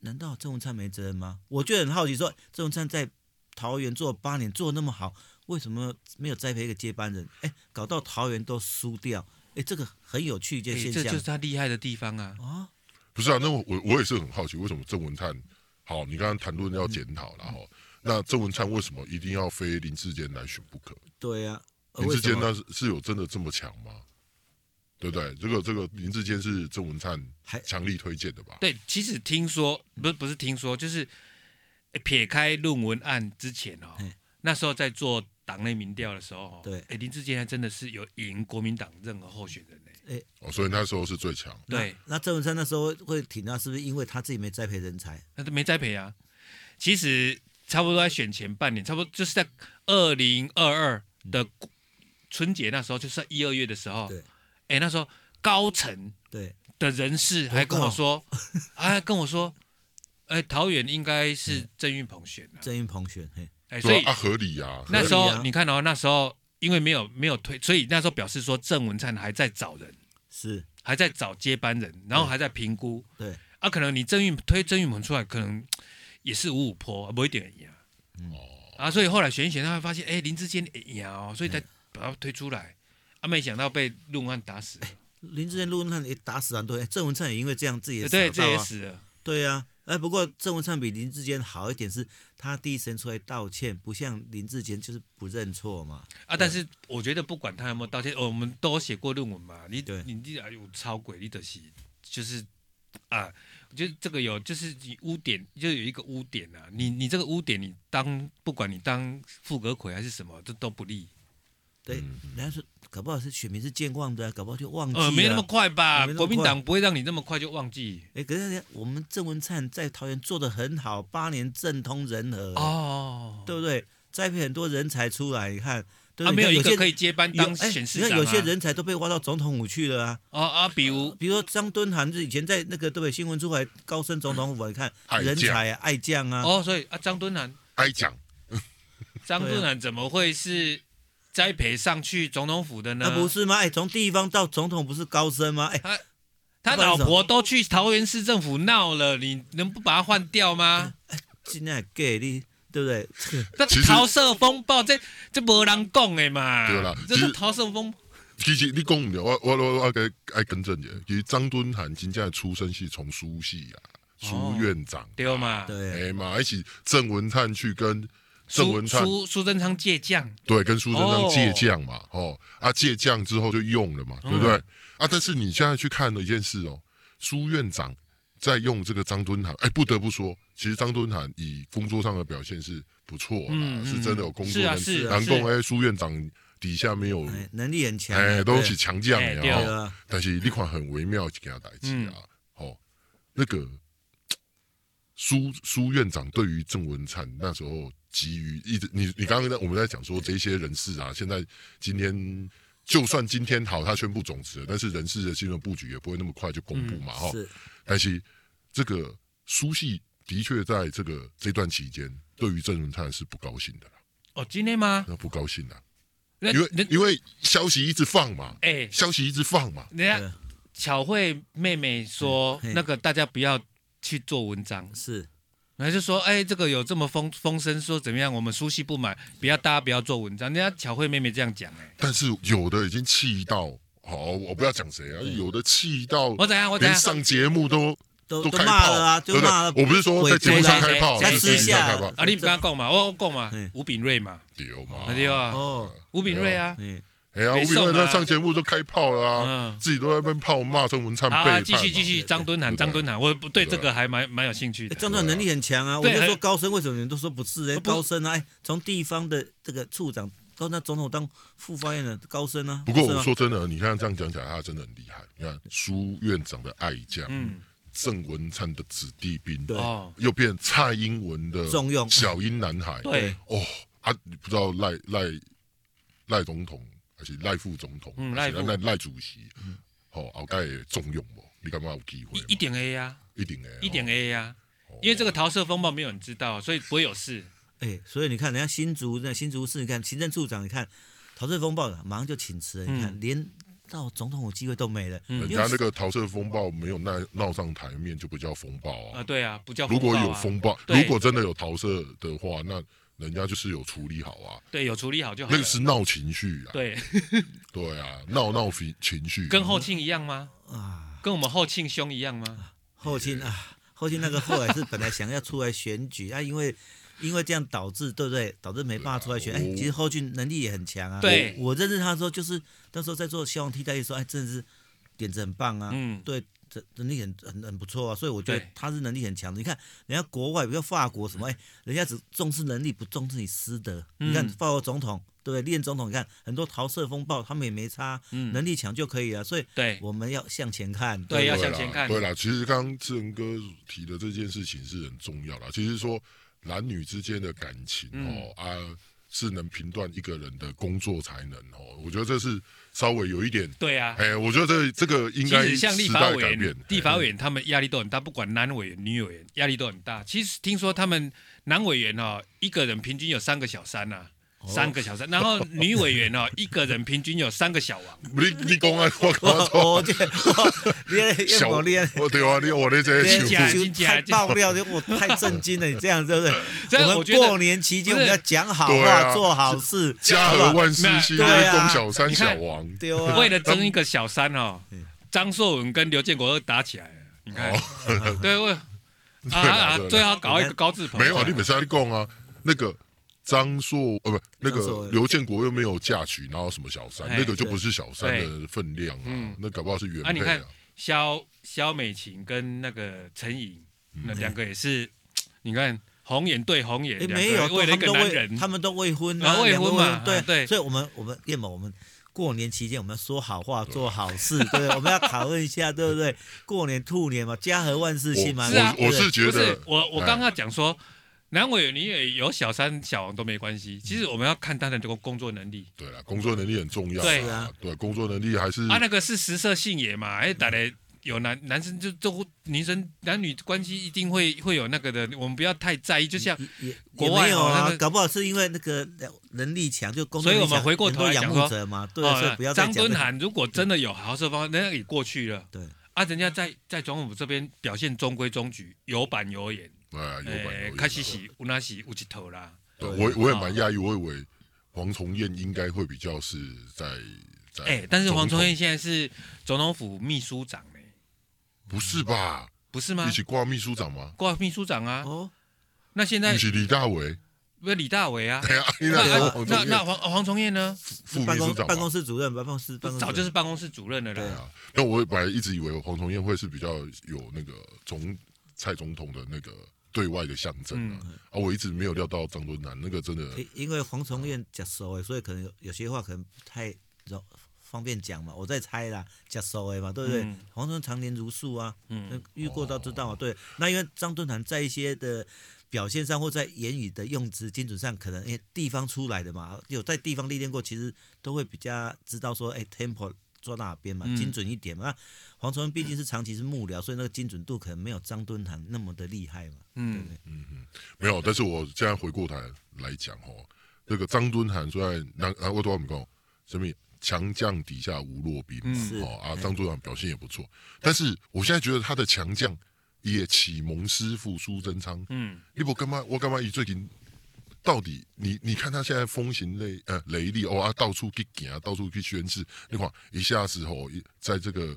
[SPEAKER 2] 难道郑文灿没责任吗？我就很好奇说，郑文灿在桃园做八年做得那么好，为什么没有栽培一个接班人？哎，搞到桃园都输掉，哎，这个很有趣一件
[SPEAKER 1] 哎
[SPEAKER 2] 现
[SPEAKER 1] 这就
[SPEAKER 2] 象
[SPEAKER 1] 是他厉害的地方啊。
[SPEAKER 2] 啊、
[SPEAKER 3] 不是啊，那我我我也是很好奇，为什么郑文灿？好，你刚刚谈论要检讨
[SPEAKER 1] 嗯
[SPEAKER 3] 然后，那郑文灿为什么一定要非林志坚来选不可？
[SPEAKER 2] 对呀、啊，
[SPEAKER 1] 呃
[SPEAKER 3] 林
[SPEAKER 2] 为
[SPEAKER 3] 志
[SPEAKER 2] 什
[SPEAKER 3] 坚
[SPEAKER 2] 么
[SPEAKER 3] 那是是有真的这么强吗？对不对？这个这个林志坚是郑文灿
[SPEAKER 2] 还
[SPEAKER 3] 强力推荐的吧？
[SPEAKER 1] 对，其实听说不是不是听说，就是诶撇开论文案之前哦
[SPEAKER 2] 嗯，
[SPEAKER 1] 那时候在做党内民调的时候、哦，
[SPEAKER 2] 对
[SPEAKER 1] 诶林志坚还真的是有赢国民党任何候选人呢。
[SPEAKER 3] 哦，所以那时候是最强。
[SPEAKER 1] 对，
[SPEAKER 2] 那郑文灿那时候会挺他，是不是因为他自己没栽培人才？
[SPEAKER 1] 那都没栽培啊。其实差不多在选前半年，差不多就是在二零二二
[SPEAKER 2] 嗯
[SPEAKER 1] 的春节那时候，就是一二月的时候
[SPEAKER 2] 对，
[SPEAKER 1] 哎，那时候高层
[SPEAKER 2] 对，
[SPEAKER 1] 的人士还跟我
[SPEAKER 2] 哦
[SPEAKER 1] 说，还跟我说，哎，桃园应该
[SPEAKER 2] 嗯
[SPEAKER 1] 是郑运鹏选的、
[SPEAKER 2] 郑云鹏选，嘿，
[SPEAKER 1] 哎，所
[SPEAKER 3] 对
[SPEAKER 1] 以
[SPEAKER 3] 啊，啊合理啊。
[SPEAKER 1] 那时候、
[SPEAKER 2] 合理啊
[SPEAKER 1] 你看哦，那时候因为没有没有推，所以那时候表示说郑文灿还在找人，
[SPEAKER 2] 是
[SPEAKER 1] 还在找接班人，然后还在评估
[SPEAKER 2] 对，
[SPEAKER 1] 啊，可能你郑运推郑运鹏出来，可能嘖也是五五坡，不一定赢啊。
[SPEAKER 2] 嗯
[SPEAKER 1] 啊，所以后来选一选，他会发现，哎、林志坚会赢哦，所以
[SPEAKER 2] 哎
[SPEAKER 1] 才把他推出来。啊，没想到被陆案打
[SPEAKER 2] 哎
[SPEAKER 1] 死了，
[SPEAKER 2] 林志坚路那也打死很多人，郑文灿也因为这样自己也
[SPEAKER 1] 对，
[SPEAKER 2] 死
[SPEAKER 1] 这
[SPEAKER 2] 到
[SPEAKER 1] 也
[SPEAKER 2] 啊
[SPEAKER 1] 死了。
[SPEAKER 2] 对呀、啊。哎，不过郑文灿比林志坚好一点，是他第一时间出来道歉，不像林志坚就是不认错嘛。
[SPEAKER 1] 啊，但是我觉得不管他有没有道歉，哦我们都有写过论文嘛，你
[SPEAKER 2] 对
[SPEAKER 1] 你你哎呦超鬼，你的是就是啊，我觉得这个有就是你污点，就有一个污点啊，你你这个污点，你当不管你当副阁魁还是什么，这都不利。
[SPEAKER 2] 对，
[SPEAKER 1] 嗯
[SPEAKER 2] 人家说搞不好是选民是健忘的啊，搞不好就忘记了。
[SPEAKER 1] 呃，没那么快吧？
[SPEAKER 2] 没那么快
[SPEAKER 1] 国民党不会让你那么快就忘记。
[SPEAKER 2] 哎，可是我们郑文灿在桃园做的很好，八年政通人和，
[SPEAKER 1] 哦，
[SPEAKER 2] 对不对？栽培很多人才出来，你看，对
[SPEAKER 1] 啊，
[SPEAKER 2] 不对？
[SPEAKER 1] 没有一
[SPEAKER 2] 你
[SPEAKER 1] 个
[SPEAKER 2] 看些
[SPEAKER 1] 可以接班当
[SPEAKER 2] 有哎
[SPEAKER 1] 选市
[SPEAKER 2] 你
[SPEAKER 1] 长、啊
[SPEAKER 2] 看有些人才都被挖到总统府去了啊。
[SPEAKER 1] 哦啊，比如
[SPEAKER 2] 比如说张敦涵，就以前在那个对不对？新闻出来高升总统府，你看
[SPEAKER 3] 爱将
[SPEAKER 2] 人才啊，爱将啊，
[SPEAKER 1] 哦，所以啊，张敦涵，
[SPEAKER 3] 挨讲，
[SPEAKER 1] 张
[SPEAKER 2] 啊
[SPEAKER 1] 敦涵怎么会是栽培上去总统府的呢？
[SPEAKER 2] 那不是吗？哎，从地方到总统不是高升吗？哎，
[SPEAKER 1] 他他老婆都去桃园市政府闹了，你能不把他换掉吗？
[SPEAKER 2] 现在给你对不对？这个
[SPEAKER 1] 那
[SPEAKER 3] 其实
[SPEAKER 1] 桃色风暴这这没人讲的嘛，
[SPEAKER 3] 对啦
[SPEAKER 1] 这
[SPEAKER 3] 其
[SPEAKER 1] 是
[SPEAKER 3] 实
[SPEAKER 1] 桃色风
[SPEAKER 3] 其实你讲唔对，我我我我该爱更正一下，其实张敦涵真正的出身是从苏系啊，苏院长、
[SPEAKER 1] 对嘛？
[SPEAKER 2] 对，啊
[SPEAKER 3] 哎嘛，一起郑文灿去跟郑
[SPEAKER 1] 苏
[SPEAKER 3] 文灿
[SPEAKER 1] 苏苏贞昌借将，
[SPEAKER 3] 对，跟苏贞昌借将嘛，哦啊借将之后就用了嘛，
[SPEAKER 1] 嗯
[SPEAKER 3] 对不对？啊，但是你现在去看了一件事哦，苏院长在用这个张敦涵，哎，不得不说，其实张敦涵以工作上的表现是不错啦，
[SPEAKER 1] 嗯嗯
[SPEAKER 3] 是真的有工作
[SPEAKER 1] 是啊
[SPEAKER 3] 能
[SPEAKER 1] 是
[SPEAKER 3] 力。
[SPEAKER 1] 啊
[SPEAKER 3] 南
[SPEAKER 1] 是
[SPEAKER 3] 宫哎，苏院长底下没有，
[SPEAKER 2] 哎，能力很强啊，
[SPEAKER 3] 哎，
[SPEAKER 2] 对
[SPEAKER 3] 都是强将
[SPEAKER 1] 哎
[SPEAKER 3] 的
[SPEAKER 1] 对
[SPEAKER 2] 对
[SPEAKER 3] 哦。
[SPEAKER 2] 啊，
[SPEAKER 3] 但是你款很微妙给他代志
[SPEAKER 1] 嗯
[SPEAKER 3] 啊，哦，那个苏苏院长对于郑文灿那时候急于一直，你你刚刚在我们在讲说这些人事啊，现在今天就算今天好，他宣布总辞了，但是人事的新闻布局也不会那么快就公布嘛，
[SPEAKER 1] 嗯
[SPEAKER 3] 哈、
[SPEAKER 2] 是
[SPEAKER 3] 但是这个苏系的确在这个这段期间，对于郑文灿是不高兴的啦，
[SPEAKER 1] 哦，今天吗？
[SPEAKER 3] 那不高兴的，
[SPEAKER 1] 那
[SPEAKER 3] 因为
[SPEAKER 1] 人
[SPEAKER 3] 因为消息一直放嘛，
[SPEAKER 1] 哎，
[SPEAKER 3] 消息一直放嘛，
[SPEAKER 1] 人
[SPEAKER 2] 对
[SPEAKER 1] 家巧慧妹妹说
[SPEAKER 2] 嘿，
[SPEAKER 1] 那个大家不要去做文章，
[SPEAKER 2] 是，
[SPEAKER 1] 然后就说，哎，这个有这么风风声说怎么样？我们苏系不满，不要大家不要做文章。人家巧慧妹妹这样讲，哎，
[SPEAKER 3] 但是有的已经气到，好，我不要讲谁啊，有的气到
[SPEAKER 1] 嗯我怎样？我怎
[SPEAKER 3] 连
[SPEAKER 1] 样？
[SPEAKER 3] 上节目都
[SPEAKER 2] 都
[SPEAKER 3] 都
[SPEAKER 2] 都
[SPEAKER 3] 开
[SPEAKER 2] 骂
[SPEAKER 3] 炮
[SPEAKER 2] 了啊，就
[SPEAKER 3] 对不对
[SPEAKER 2] 骂了，
[SPEAKER 3] 我不是说在节目上开炮，
[SPEAKER 1] 谁
[SPEAKER 3] 是
[SPEAKER 1] 谁谁
[SPEAKER 3] 私底下开炮，
[SPEAKER 1] 啊，你不刚讲嘛，我我讲嘛
[SPEAKER 2] 嗯，
[SPEAKER 1] 吴炳瑞嘛，
[SPEAKER 3] 丢嘛
[SPEAKER 1] 啊，对啊，
[SPEAKER 2] 哦，
[SPEAKER 1] 吴炳瑞啊，
[SPEAKER 2] 哎，
[SPEAKER 3] 哎呀，吴
[SPEAKER 1] 北
[SPEAKER 3] 炳
[SPEAKER 1] 宋啊
[SPEAKER 3] 瑞他上节目都开炮了啊
[SPEAKER 1] 嗯，
[SPEAKER 3] 自己都在那边炮骂郑文灿背
[SPEAKER 1] 好啊，
[SPEAKER 3] 叛，
[SPEAKER 1] 继续继。续，张敦涵，
[SPEAKER 3] 对对啊
[SPEAKER 1] 张敦涵，我不对
[SPEAKER 3] 对
[SPEAKER 1] 这
[SPEAKER 3] 啊哎
[SPEAKER 1] 个还蛮蛮有兴趣的。
[SPEAKER 2] 张段能力很强啊，我
[SPEAKER 1] 对
[SPEAKER 2] 就
[SPEAKER 1] 还
[SPEAKER 2] 说高升为什么你们都说不是哎，
[SPEAKER 1] 不
[SPEAKER 2] 高升啊，哎，从地方的这个处长到那总统当副发言人，高升啊，
[SPEAKER 3] 不过
[SPEAKER 2] 是吗
[SPEAKER 3] 我说真的，你看这样讲起来，他真的很厉害。你看苏院长的爱将，
[SPEAKER 1] 嗯，
[SPEAKER 3] 郑文灿的子弟兵，
[SPEAKER 2] 对
[SPEAKER 1] 哦，
[SPEAKER 3] 又变蔡英文的
[SPEAKER 2] 重用
[SPEAKER 3] 小英男孩，
[SPEAKER 1] 对，
[SPEAKER 3] 哦，啊，你不知道赖赖赖总统还是赖副总统，
[SPEAKER 1] 嗯
[SPEAKER 3] 还是啊
[SPEAKER 1] 赖副
[SPEAKER 3] 赖赖主席，哦，后盖重用哦，你感觉有机会吗？
[SPEAKER 1] 一一点 A 呀，
[SPEAKER 3] 一定哦诶，
[SPEAKER 1] 一点 A 呀，
[SPEAKER 3] 哦，
[SPEAKER 1] 因为这个桃色风暴没有人知道，所以不会有事。
[SPEAKER 2] 哎，所以你看，人家新竹那新竹市，你看行政处长，你看桃色风暴了，马上就请辞了，你看连到总统有机会都没了。
[SPEAKER 1] 嗯
[SPEAKER 3] 人家那个桃色风暴没有闹闹上台面，就不叫风暴
[SPEAKER 1] 啊，
[SPEAKER 3] 啊。
[SPEAKER 1] 对啊，不叫
[SPEAKER 3] 如果
[SPEAKER 1] 暴啊
[SPEAKER 3] 有风暴，
[SPEAKER 1] 对
[SPEAKER 3] 如果真的有桃色的话，那人家就是有处理好啊。
[SPEAKER 1] 对有处理好就好
[SPEAKER 3] 那
[SPEAKER 1] 了。
[SPEAKER 3] 个是闹情绪啊，
[SPEAKER 1] 对，
[SPEAKER 3] 对啊，闹闹情情绪，啊
[SPEAKER 1] 跟后庆一样吗？
[SPEAKER 2] 啊，
[SPEAKER 1] 跟我们后庆兄一样吗？
[SPEAKER 2] 后勤啊，后勤那个后来是本来想要出来选举啊，因为因为这样导致对不对？导致没办法出来选。哎、
[SPEAKER 3] 对啊我
[SPEAKER 2] 其实后勤能力也很强啊。
[SPEAKER 1] 对
[SPEAKER 2] 我，我认识他的时候，就是那时候在做消防替代役的时候，哎，真的是点子很棒啊。
[SPEAKER 1] 嗯
[SPEAKER 2] 对，这能力很很很不错啊，所以我觉得
[SPEAKER 1] 对
[SPEAKER 2] 他是能力很强的。你看人家国外，比如法国什么，哎，人家只重视能力，不重视你师德。
[SPEAKER 1] 嗯
[SPEAKER 2] 你看法国总统，对不对？练总统，你看很多桃色风暴，他们也没差，
[SPEAKER 1] 嗯
[SPEAKER 2] 能力强就可以了。所以
[SPEAKER 1] 对
[SPEAKER 2] 我们要向前看。
[SPEAKER 1] 对
[SPEAKER 2] 不
[SPEAKER 1] 要
[SPEAKER 3] 对
[SPEAKER 1] 向
[SPEAKER 3] 啦
[SPEAKER 1] 前看
[SPEAKER 3] 对啦，其实刚刚志仁哥提的这件事情是很重要啦。其实说男女之间的感情
[SPEAKER 1] 嗯
[SPEAKER 3] 哦、啊，是能评断一个人的工作才能哦。我觉得这是稍微有一点，
[SPEAKER 1] 对啊，
[SPEAKER 3] 哎，我觉得这这个应
[SPEAKER 1] 其
[SPEAKER 3] 该
[SPEAKER 1] 实像立
[SPEAKER 3] 时
[SPEAKER 1] 法
[SPEAKER 3] 代
[SPEAKER 1] 委
[SPEAKER 3] 改变哎嗯
[SPEAKER 1] 员，，立法委员他们压力都很大，不管男委员、女委员，压力都很大。其实听说他们男委员哦，一个人平均有三个小三呐、
[SPEAKER 3] 哦
[SPEAKER 1] 三个小三，然后女委员 哦，一个人平均有三个小王。
[SPEAKER 3] 你你讲啊，我
[SPEAKER 2] 我
[SPEAKER 3] 靠，
[SPEAKER 2] 我这我练练我练。
[SPEAKER 3] 我对啊，你我那这
[SPEAKER 1] 真假
[SPEAKER 2] 就
[SPEAKER 1] 真假
[SPEAKER 2] 太爆料，我太震惊了！你这样对不
[SPEAKER 1] 这
[SPEAKER 2] 对？
[SPEAKER 1] 样
[SPEAKER 2] 我
[SPEAKER 1] 我
[SPEAKER 2] 们
[SPEAKER 1] 觉得
[SPEAKER 2] 过年期间我
[SPEAKER 1] 不是
[SPEAKER 2] 们要讲好
[SPEAKER 3] 对
[SPEAKER 2] 话，
[SPEAKER 3] 啊
[SPEAKER 2] 做好事，
[SPEAKER 3] 家
[SPEAKER 2] 好
[SPEAKER 3] 和
[SPEAKER 2] 不好
[SPEAKER 3] 万事兴，
[SPEAKER 2] 那对啊
[SPEAKER 3] 宫小三
[SPEAKER 1] 你
[SPEAKER 3] 小
[SPEAKER 1] 看
[SPEAKER 3] 王，
[SPEAKER 2] 丢啊！
[SPEAKER 1] 为了争一个小三哦，
[SPEAKER 3] 嗯
[SPEAKER 1] 张硕文跟刘建国都打起来了。你看，
[SPEAKER 3] 哦
[SPEAKER 1] 对， 为啊啊，最好搞一个高志鹏。
[SPEAKER 3] 没有啊，你每次在讲啊，那个张硕呃不，那
[SPEAKER 2] 张硕
[SPEAKER 3] 个刘建国又没有嫁娶，然后什么小三，
[SPEAKER 1] 哎
[SPEAKER 3] 那个就不是小三的分量啊，那搞不好是原
[SPEAKER 1] 嗯啊，你
[SPEAKER 3] 配
[SPEAKER 1] 看
[SPEAKER 3] 啊。
[SPEAKER 1] 小肖美琴跟那个陈颖，
[SPEAKER 3] 嗯
[SPEAKER 1] 那两个也是，你看红颜对红颜，
[SPEAKER 2] 哎，
[SPEAKER 1] 两个
[SPEAKER 2] 没有，
[SPEAKER 1] 为了一
[SPEAKER 2] 他们
[SPEAKER 1] 个
[SPEAKER 2] 都
[SPEAKER 1] 男
[SPEAKER 2] 未，
[SPEAKER 1] 人，
[SPEAKER 2] 他们都未婚
[SPEAKER 1] 啊
[SPEAKER 2] 啊，
[SPEAKER 1] 未
[SPEAKER 2] 两个
[SPEAKER 1] 婚嘛
[SPEAKER 2] 对
[SPEAKER 1] 啊对
[SPEAKER 2] 所以我们我们叶某，我们过年期间我们要说好话，做好 事，对不对？我们要讨论一下，对不对？过年兔年嘛，家和万事兴嘛，
[SPEAKER 1] 是啊
[SPEAKER 3] 我
[SPEAKER 2] 对
[SPEAKER 3] 我
[SPEAKER 2] 不对
[SPEAKER 3] 是觉
[SPEAKER 1] 不是
[SPEAKER 3] 得，
[SPEAKER 1] 我我
[SPEAKER 3] 哎
[SPEAKER 1] 刚刚讲说，南委你也有小三小王都没关系，其实我们要看他的这个工作能力。
[SPEAKER 3] 对了，工作能力很重要。
[SPEAKER 1] 对
[SPEAKER 2] 啊，
[SPEAKER 3] 对，工作能力还是
[SPEAKER 1] 啊，那个是食色性也嘛，哎，打的有男男生就都女生男女关系一定会会有那个的，我们不要太在意。就像，
[SPEAKER 2] 也也
[SPEAKER 1] 国
[SPEAKER 2] 也
[SPEAKER 1] 外
[SPEAKER 2] 没有
[SPEAKER 1] 哦那
[SPEAKER 2] 啊
[SPEAKER 1] 个，
[SPEAKER 2] 搞不好是因为那个能力强，就工
[SPEAKER 1] 所
[SPEAKER 2] 作
[SPEAKER 1] 以
[SPEAKER 2] 能力
[SPEAKER 1] 我们
[SPEAKER 2] 强
[SPEAKER 1] 回过头来
[SPEAKER 2] 很多仰
[SPEAKER 1] 讲
[SPEAKER 2] 慕
[SPEAKER 1] 说
[SPEAKER 2] 者嘛，对，
[SPEAKER 1] 哦
[SPEAKER 2] 所以不要再
[SPEAKER 1] 张
[SPEAKER 2] 讲
[SPEAKER 1] 敦
[SPEAKER 2] 那个
[SPEAKER 1] 涵如果真的有好好设方，那也过去了。
[SPEAKER 2] 对
[SPEAKER 1] 啊，人家在在总统府这边表现中规中矩，有板有眼，
[SPEAKER 3] 哎，有板有
[SPEAKER 1] 哎
[SPEAKER 3] 眼，
[SPEAKER 1] 开始洗啊乌那洗乌吉头啦。
[SPEAKER 3] 对我我也蛮讶异，我以为黄崇彦应该会比较是在在。
[SPEAKER 1] 哎，但是黄宗彦现在是总统府秘书长呢，
[SPEAKER 3] 不是吧？
[SPEAKER 1] 不是吗
[SPEAKER 3] 一？起挂秘书长吗？
[SPEAKER 1] 挂秘书长啊，
[SPEAKER 2] 哦，
[SPEAKER 1] 那现在
[SPEAKER 3] 一起李大 为，
[SPEAKER 1] 不是李大为 啊？
[SPEAKER 3] 哎呀，
[SPEAKER 1] 那
[SPEAKER 3] 那
[SPEAKER 1] 那那那
[SPEAKER 3] 黄崇彦
[SPEAKER 1] 黄哦黄崇彦呢？
[SPEAKER 3] 副秘
[SPEAKER 2] 办
[SPEAKER 3] 书
[SPEAKER 2] 公
[SPEAKER 3] 长
[SPEAKER 2] 办公
[SPEAKER 3] 嘛。
[SPEAKER 2] 室主任，办公室办公室
[SPEAKER 1] 早就是办公室主任了
[SPEAKER 2] 对
[SPEAKER 1] 啦。
[SPEAKER 3] 啊那我本来一直以为黄崇彦会是比较有那个总蔡总统的那个对外的象征啊，啊，我一直没有料到张敦南那个真的
[SPEAKER 2] 因因为黄崇彦假熟诶，所以可能有有些话可能不太容方便讲嘛，我在猜啦，假熟诶嘛，对不对？
[SPEAKER 1] 嗯
[SPEAKER 2] 黄崇彦常年如数啊，
[SPEAKER 1] 嗯，
[SPEAKER 2] 遇过到知道嘛，对。那因为张敦涵在一些的表现上或在言语的用词精准上，可能因为地方出来的嘛，有在地方历练过，其实都会比较知道说，哎，tempo 抓到哪边嘛，
[SPEAKER 1] 嗯
[SPEAKER 2] 精准一点嘛。那黄崇彦毕竟是长期是幕僚，所以那个精准度可能没有张敦涵那么的厉害嘛。
[SPEAKER 1] 嗯
[SPEAKER 3] 没有，但是我现在回过头来讲哦，那个张敦涵虽然啊南南国多少米高，什么强将底下无弱兵，
[SPEAKER 1] 嗯
[SPEAKER 3] 哦啊，张敦涵表现也不错，但是我现在觉得他的强将也启蒙师傅苏贞昌，
[SPEAKER 1] 嗯，
[SPEAKER 3] 你不干嘛？我干嘛？以最近到底你你看他现在风行雷呃雷厉哦啊，到处去行啊，到处去宣誓，你看一下子哦，一在这个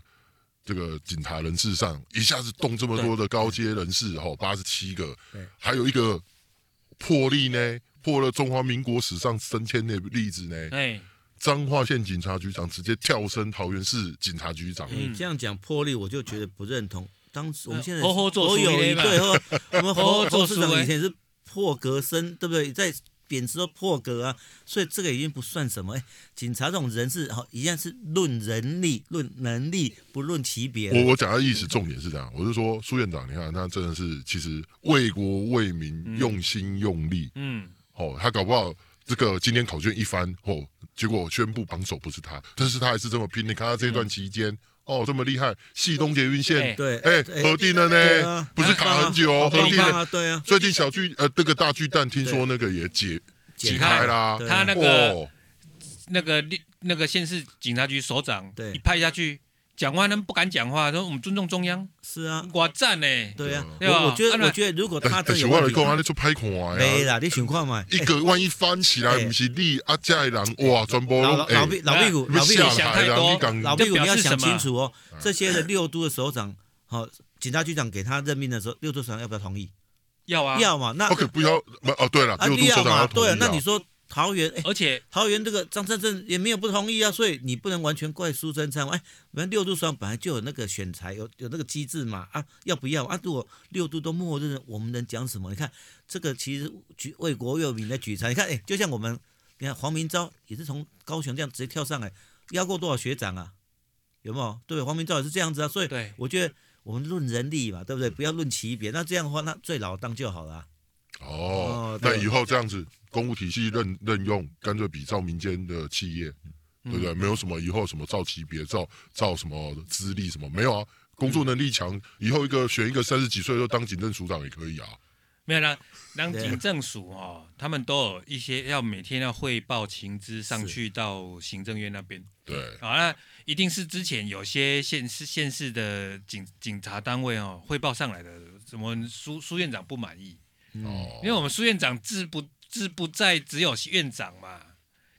[SPEAKER 3] 这个警察人事上一下子动这么多的高阶人士哦，八十七个，还有一个破例呢，破了中华民国史上升迁的例子呢，
[SPEAKER 1] 哎，
[SPEAKER 3] 彰化县警察局长直接跳升桃园市警察局长，
[SPEAKER 2] 哎
[SPEAKER 1] 嗯
[SPEAKER 2] 你这样讲魄力，我就觉得不认同。当时我们现在
[SPEAKER 1] 好好呃做
[SPEAKER 2] 都有
[SPEAKER 1] 事
[SPEAKER 2] 一
[SPEAKER 1] 嘛
[SPEAKER 2] 对，呵我们
[SPEAKER 1] 好
[SPEAKER 2] 侯
[SPEAKER 1] 好做
[SPEAKER 2] 侯
[SPEAKER 1] 事
[SPEAKER 2] 市长
[SPEAKER 1] 欸
[SPEAKER 2] 以前是破格生，对不对？在贬值都破格啊，所以这个已经不算什么。哎，警察这种人是好，一样是论人力、论能力，不论级别
[SPEAKER 3] 我
[SPEAKER 2] 的。
[SPEAKER 3] 我讲的意思重点是这样，我是说苏院长，你看他真的是其实为国为
[SPEAKER 2] 嗯
[SPEAKER 3] 民用心用力，
[SPEAKER 1] 嗯，
[SPEAKER 3] 哦，他搞不好这个今天考卷一翻哦，结果宣布榜首不是他，但是他还是这么拼。你看他这段期间、哦这么厉害，系东捷运线
[SPEAKER 1] 对
[SPEAKER 2] 嗯对，
[SPEAKER 3] 哎核定了
[SPEAKER 2] 对
[SPEAKER 3] 呢
[SPEAKER 2] 啊，
[SPEAKER 3] 不是卡很久
[SPEAKER 2] 好
[SPEAKER 3] 哦，
[SPEAKER 2] 棒
[SPEAKER 3] 核
[SPEAKER 2] 啊
[SPEAKER 3] 定
[SPEAKER 2] 好棒
[SPEAKER 3] 了。
[SPEAKER 2] 啊，对啊，
[SPEAKER 3] 最近小巨呃这个大巨蛋听说那个也解
[SPEAKER 2] 解
[SPEAKER 3] 解
[SPEAKER 1] 开
[SPEAKER 3] 开啦，
[SPEAKER 2] 对
[SPEAKER 1] 他那个
[SPEAKER 3] 哦，
[SPEAKER 1] 那个立那个县市警察局首长，
[SPEAKER 2] 对
[SPEAKER 1] 一拍下去，讲话他们不敢讲话，说我们尊重中央，
[SPEAKER 2] 是啊，
[SPEAKER 1] 我赞呢。
[SPEAKER 2] 对啊。
[SPEAKER 1] 对吧
[SPEAKER 2] 我我觉
[SPEAKER 1] 啊
[SPEAKER 2] 得，
[SPEAKER 1] 那
[SPEAKER 2] 我觉得如果他
[SPEAKER 3] 但
[SPEAKER 2] 真
[SPEAKER 3] 是
[SPEAKER 2] 有
[SPEAKER 3] 哎我
[SPEAKER 2] 问
[SPEAKER 3] 来讲，
[SPEAKER 2] 题，
[SPEAKER 3] 他咧出歹看
[SPEAKER 2] 没
[SPEAKER 3] 呀。
[SPEAKER 2] 啦，你情况嘛，
[SPEAKER 3] 一个万一翻起来，
[SPEAKER 2] 哎
[SPEAKER 3] 不是你啊，这的人哇，全部
[SPEAKER 2] 老
[SPEAKER 3] 拢
[SPEAKER 2] 老
[SPEAKER 3] 哎
[SPEAKER 2] 老屁老屁股，
[SPEAKER 3] 你
[SPEAKER 2] 老
[SPEAKER 3] 们
[SPEAKER 2] 屁
[SPEAKER 3] 下
[SPEAKER 2] 股
[SPEAKER 1] 想
[SPEAKER 3] 来
[SPEAKER 1] 太
[SPEAKER 3] 啊
[SPEAKER 1] 多
[SPEAKER 3] 你讲
[SPEAKER 2] 老屁
[SPEAKER 1] 这
[SPEAKER 2] 股你
[SPEAKER 1] 表
[SPEAKER 2] 要
[SPEAKER 1] 示什么
[SPEAKER 2] 想清楚哦，
[SPEAKER 3] 嗯
[SPEAKER 2] 这些的六都的首长，好、警察局长给他任命的时候，六都首长要不要同意？
[SPEAKER 1] 要啊，
[SPEAKER 2] 要嘛，那
[SPEAKER 3] OK，不要不哦，对了，
[SPEAKER 2] 啊，
[SPEAKER 3] 六都
[SPEAKER 2] 你
[SPEAKER 3] 首
[SPEAKER 2] 要
[SPEAKER 3] 长要
[SPEAKER 2] 嘛，
[SPEAKER 3] 同意
[SPEAKER 2] 对
[SPEAKER 3] 啊
[SPEAKER 2] 啊，那你说桃园，哎、
[SPEAKER 1] 而且
[SPEAKER 2] 桃园这个张善政也没有不同意啊，所以你不能完全怪苏贞昌嘛。哎，我们六都首长本来就有那个选材，有有那个机制嘛，啊，要不要啊？如果六都都默认了，我们能讲什么？你看这个其实举为国为民的举才，你看，哎，就像我们，你看黄明昭也是从高雄这样直接跳上来，邀过多少学长啊？有没有？对，黄明昭也是这样子啊，所以
[SPEAKER 1] 对
[SPEAKER 2] 我觉得我们论人力嘛，对不对？不要论级别，那这样的话，那最老当就好了啊、
[SPEAKER 3] 哦
[SPEAKER 2] 哦，
[SPEAKER 3] 那
[SPEAKER 2] 对
[SPEAKER 3] 以后这样子，公务体系任任用，干脆比照民间的企业，对不对？没有什么以后什么照级别、照照什么资历什么，没有啊。工作能力强，以后一个选一个三十几岁就当警政署长也可以啊。
[SPEAKER 1] 没有啦，让
[SPEAKER 2] 对
[SPEAKER 1] 警政署哦，他们都有一些要每天要汇报情资上去到行政院那边。
[SPEAKER 3] 对，
[SPEAKER 1] 好，那一定是之前有些县市县市的警警察单位哦汇报上来的，什么苏苏院长不满意，
[SPEAKER 3] 哦，
[SPEAKER 1] 因为我们苏院长志不志不在只有院长嘛。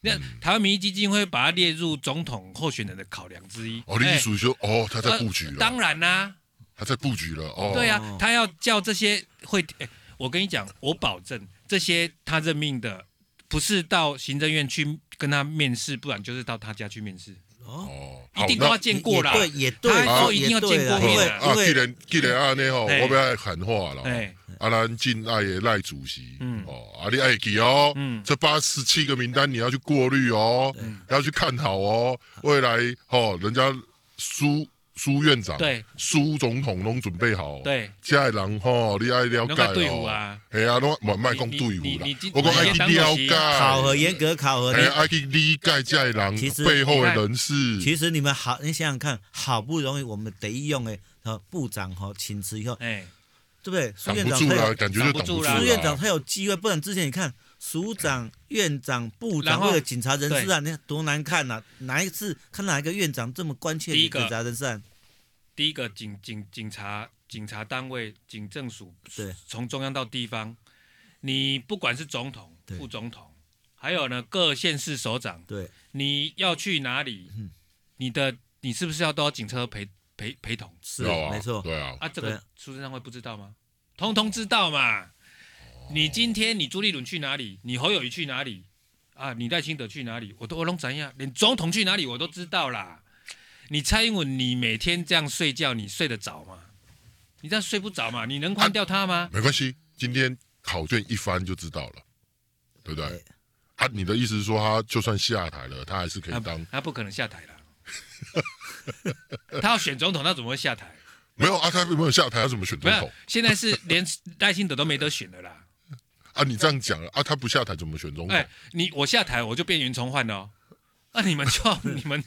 [SPEAKER 1] 那
[SPEAKER 3] 嗯
[SPEAKER 1] 台湾民意基金会把它列入总统候选人的考量之一。
[SPEAKER 3] 哦，李
[SPEAKER 1] 哎
[SPEAKER 3] 属说，哦，他在布局
[SPEAKER 1] 呃
[SPEAKER 3] 了，
[SPEAKER 1] 当然啦、
[SPEAKER 3] 他在布局了，哦，
[SPEAKER 1] 对啊
[SPEAKER 2] 哦，
[SPEAKER 1] 他要叫这些会，哎我跟你讲，我保证这些他任命的，不是到行政院去跟他面试，不然就是到他家去面试。
[SPEAKER 2] 哦，
[SPEAKER 3] 哦，
[SPEAKER 1] 一定都
[SPEAKER 3] 好
[SPEAKER 1] 要见过啦
[SPEAKER 2] 也对，也对，
[SPEAKER 1] 他
[SPEAKER 2] 哦
[SPEAKER 1] 说一定要
[SPEAKER 2] 也对啦
[SPEAKER 1] 见过
[SPEAKER 2] 因为
[SPEAKER 1] 面
[SPEAKER 3] 那啊，既
[SPEAKER 2] 因为
[SPEAKER 3] 然既然安尼吼，
[SPEAKER 1] 嘿
[SPEAKER 3] 我要喊话了哦。
[SPEAKER 1] 哎，
[SPEAKER 3] 阿兰敬爱的赖主席
[SPEAKER 1] 嗯，
[SPEAKER 3] 哦，阿你爱记哦
[SPEAKER 1] 嗯，
[SPEAKER 3] 这八十七个名单你要去过滤哦，要去看好哦，未来哦，人家苏苏院长、
[SPEAKER 1] 对
[SPEAKER 3] 苏总统拢准备好，，
[SPEAKER 1] 对，
[SPEAKER 3] 这的人吼，你爱了
[SPEAKER 1] 弄
[SPEAKER 3] 解
[SPEAKER 1] 个队伍
[SPEAKER 3] 哦，
[SPEAKER 1] 啊，
[SPEAKER 3] 哎呀，拢莫卖讲
[SPEAKER 1] 你你
[SPEAKER 3] 队伍啦
[SPEAKER 1] 你你，
[SPEAKER 3] 我讲
[SPEAKER 1] 你
[SPEAKER 3] 爱去
[SPEAKER 1] 当
[SPEAKER 3] 了
[SPEAKER 1] 主席
[SPEAKER 3] 解，
[SPEAKER 2] 考核严格考核，
[SPEAKER 3] 哎呀，
[SPEAKER 2] 你
[SPEAKER 3] 爱去理解这的人
[SPEAKER 2] 其实
[SPEAKER 3] 背后
[SPEAKER 1] 你
[SPEAKER 3] 的
[SPEAKER 1] 看
[SPEAKER 3] 人事，
[SPEAKER 2] 其实你们好，你想想看，好不容易我们得用的哦部长哈请辞以后，
[SPEAKER 1] 哎，
[SPEAKER 2] 对不对？苏
[SPEAKER 3] 挡
[SPEAKER 2] 院
[SPEAKER 3] 不
[SPEAKER 2] 长
[SPEAKER 3] 住啊
[SPEAKER 2] 他
[SPEAKER 3] 啦，
[SPEAKER 2] 有
[SPEAKER 3] 感觉就
[SPEAKER 1] 挡
[SPEAKER 3] 挡
[SPEAKER 1] 不住
[SPEAKER 3] 不住
[SPEAKER 1] 啦
[SPEAKER 3] 啦。
[SPEAKER 2] 苏院长他有机会，不然之前你看署长、院长、部
[SPEAKER 1] 然
[SPEAKER 2] 长
[SPEAKER 1] 后
[SPEAKER 2] 为了警察人事案，你看多难看呐、哪一次看哪一个院长这么关切
[SPEAKER 1] 第一个
[SPEAKER 2] 警察人事啊案？
[SPEAKER 1] 第一个警警警察警察单位警政署，
[SPEAKER 2] 对，
[SPEAKER 1] 从中央到地方，你不管是总统、
[SPEAKER 2] 对
[SPEAKER 1] 副总统，还有呢各县市首长，
[SPEAKER 2] 对嗯
[SPEAKER 1] 你要去哪里，你的你是不是要都要警车陪陪陪同
[SPEAKER 2] 是、
[SPEAKER 3] 对啊
[SPEAKER 2] 没错，
[SPEAKER 3] 对啊，
[SPEAKER 1] 啊？这
[SPEAKER 2] 对
[SPEAKER 1] 个
[SPEAKER 2] 啊
[SPEAKER 1] 苏贞昌会不知道吗？通通知道嘛。你今天你朱立伦去哪里？你侯友谊去哪里？啊，你赖清德去哪里？我都我拢怎样？连总统去哪里我都知道啦。你蔡英文，你每天这样睡觉，你睡得着吗？你这样睡不着嘛？你能换掉他 吗？
[SPEAKER 3] 没关系，今天考卷一翻就知道了，对不对
[SPEAKER 2] 对？
[SPEAKER 3] 啊，你的意思是说，他就算下台了，他还是可
[SPEAKER 1] 他
[SPEAKER 3] 以当？
[SPEAKER 1] 啊他不可能下台了。 他要选总统，他怎么会下台？
[SPEAKER 3] 没有啊，他有没有下台？他怎么选
[SPEAKER 1] 没
[SPEAKER 3] 总
[SPEAKER 1] 有
[SPEAKER 3] 统，
[SPEAKER 1] 现在是连赖清德都没得选了啦。
[SPEAKER 3] 啊？你这样讲了啊，他不下台怎么选总统？
[SPEAKER 1] 哎，你我下台我就变袁崇焕了哦。那、你们 就你们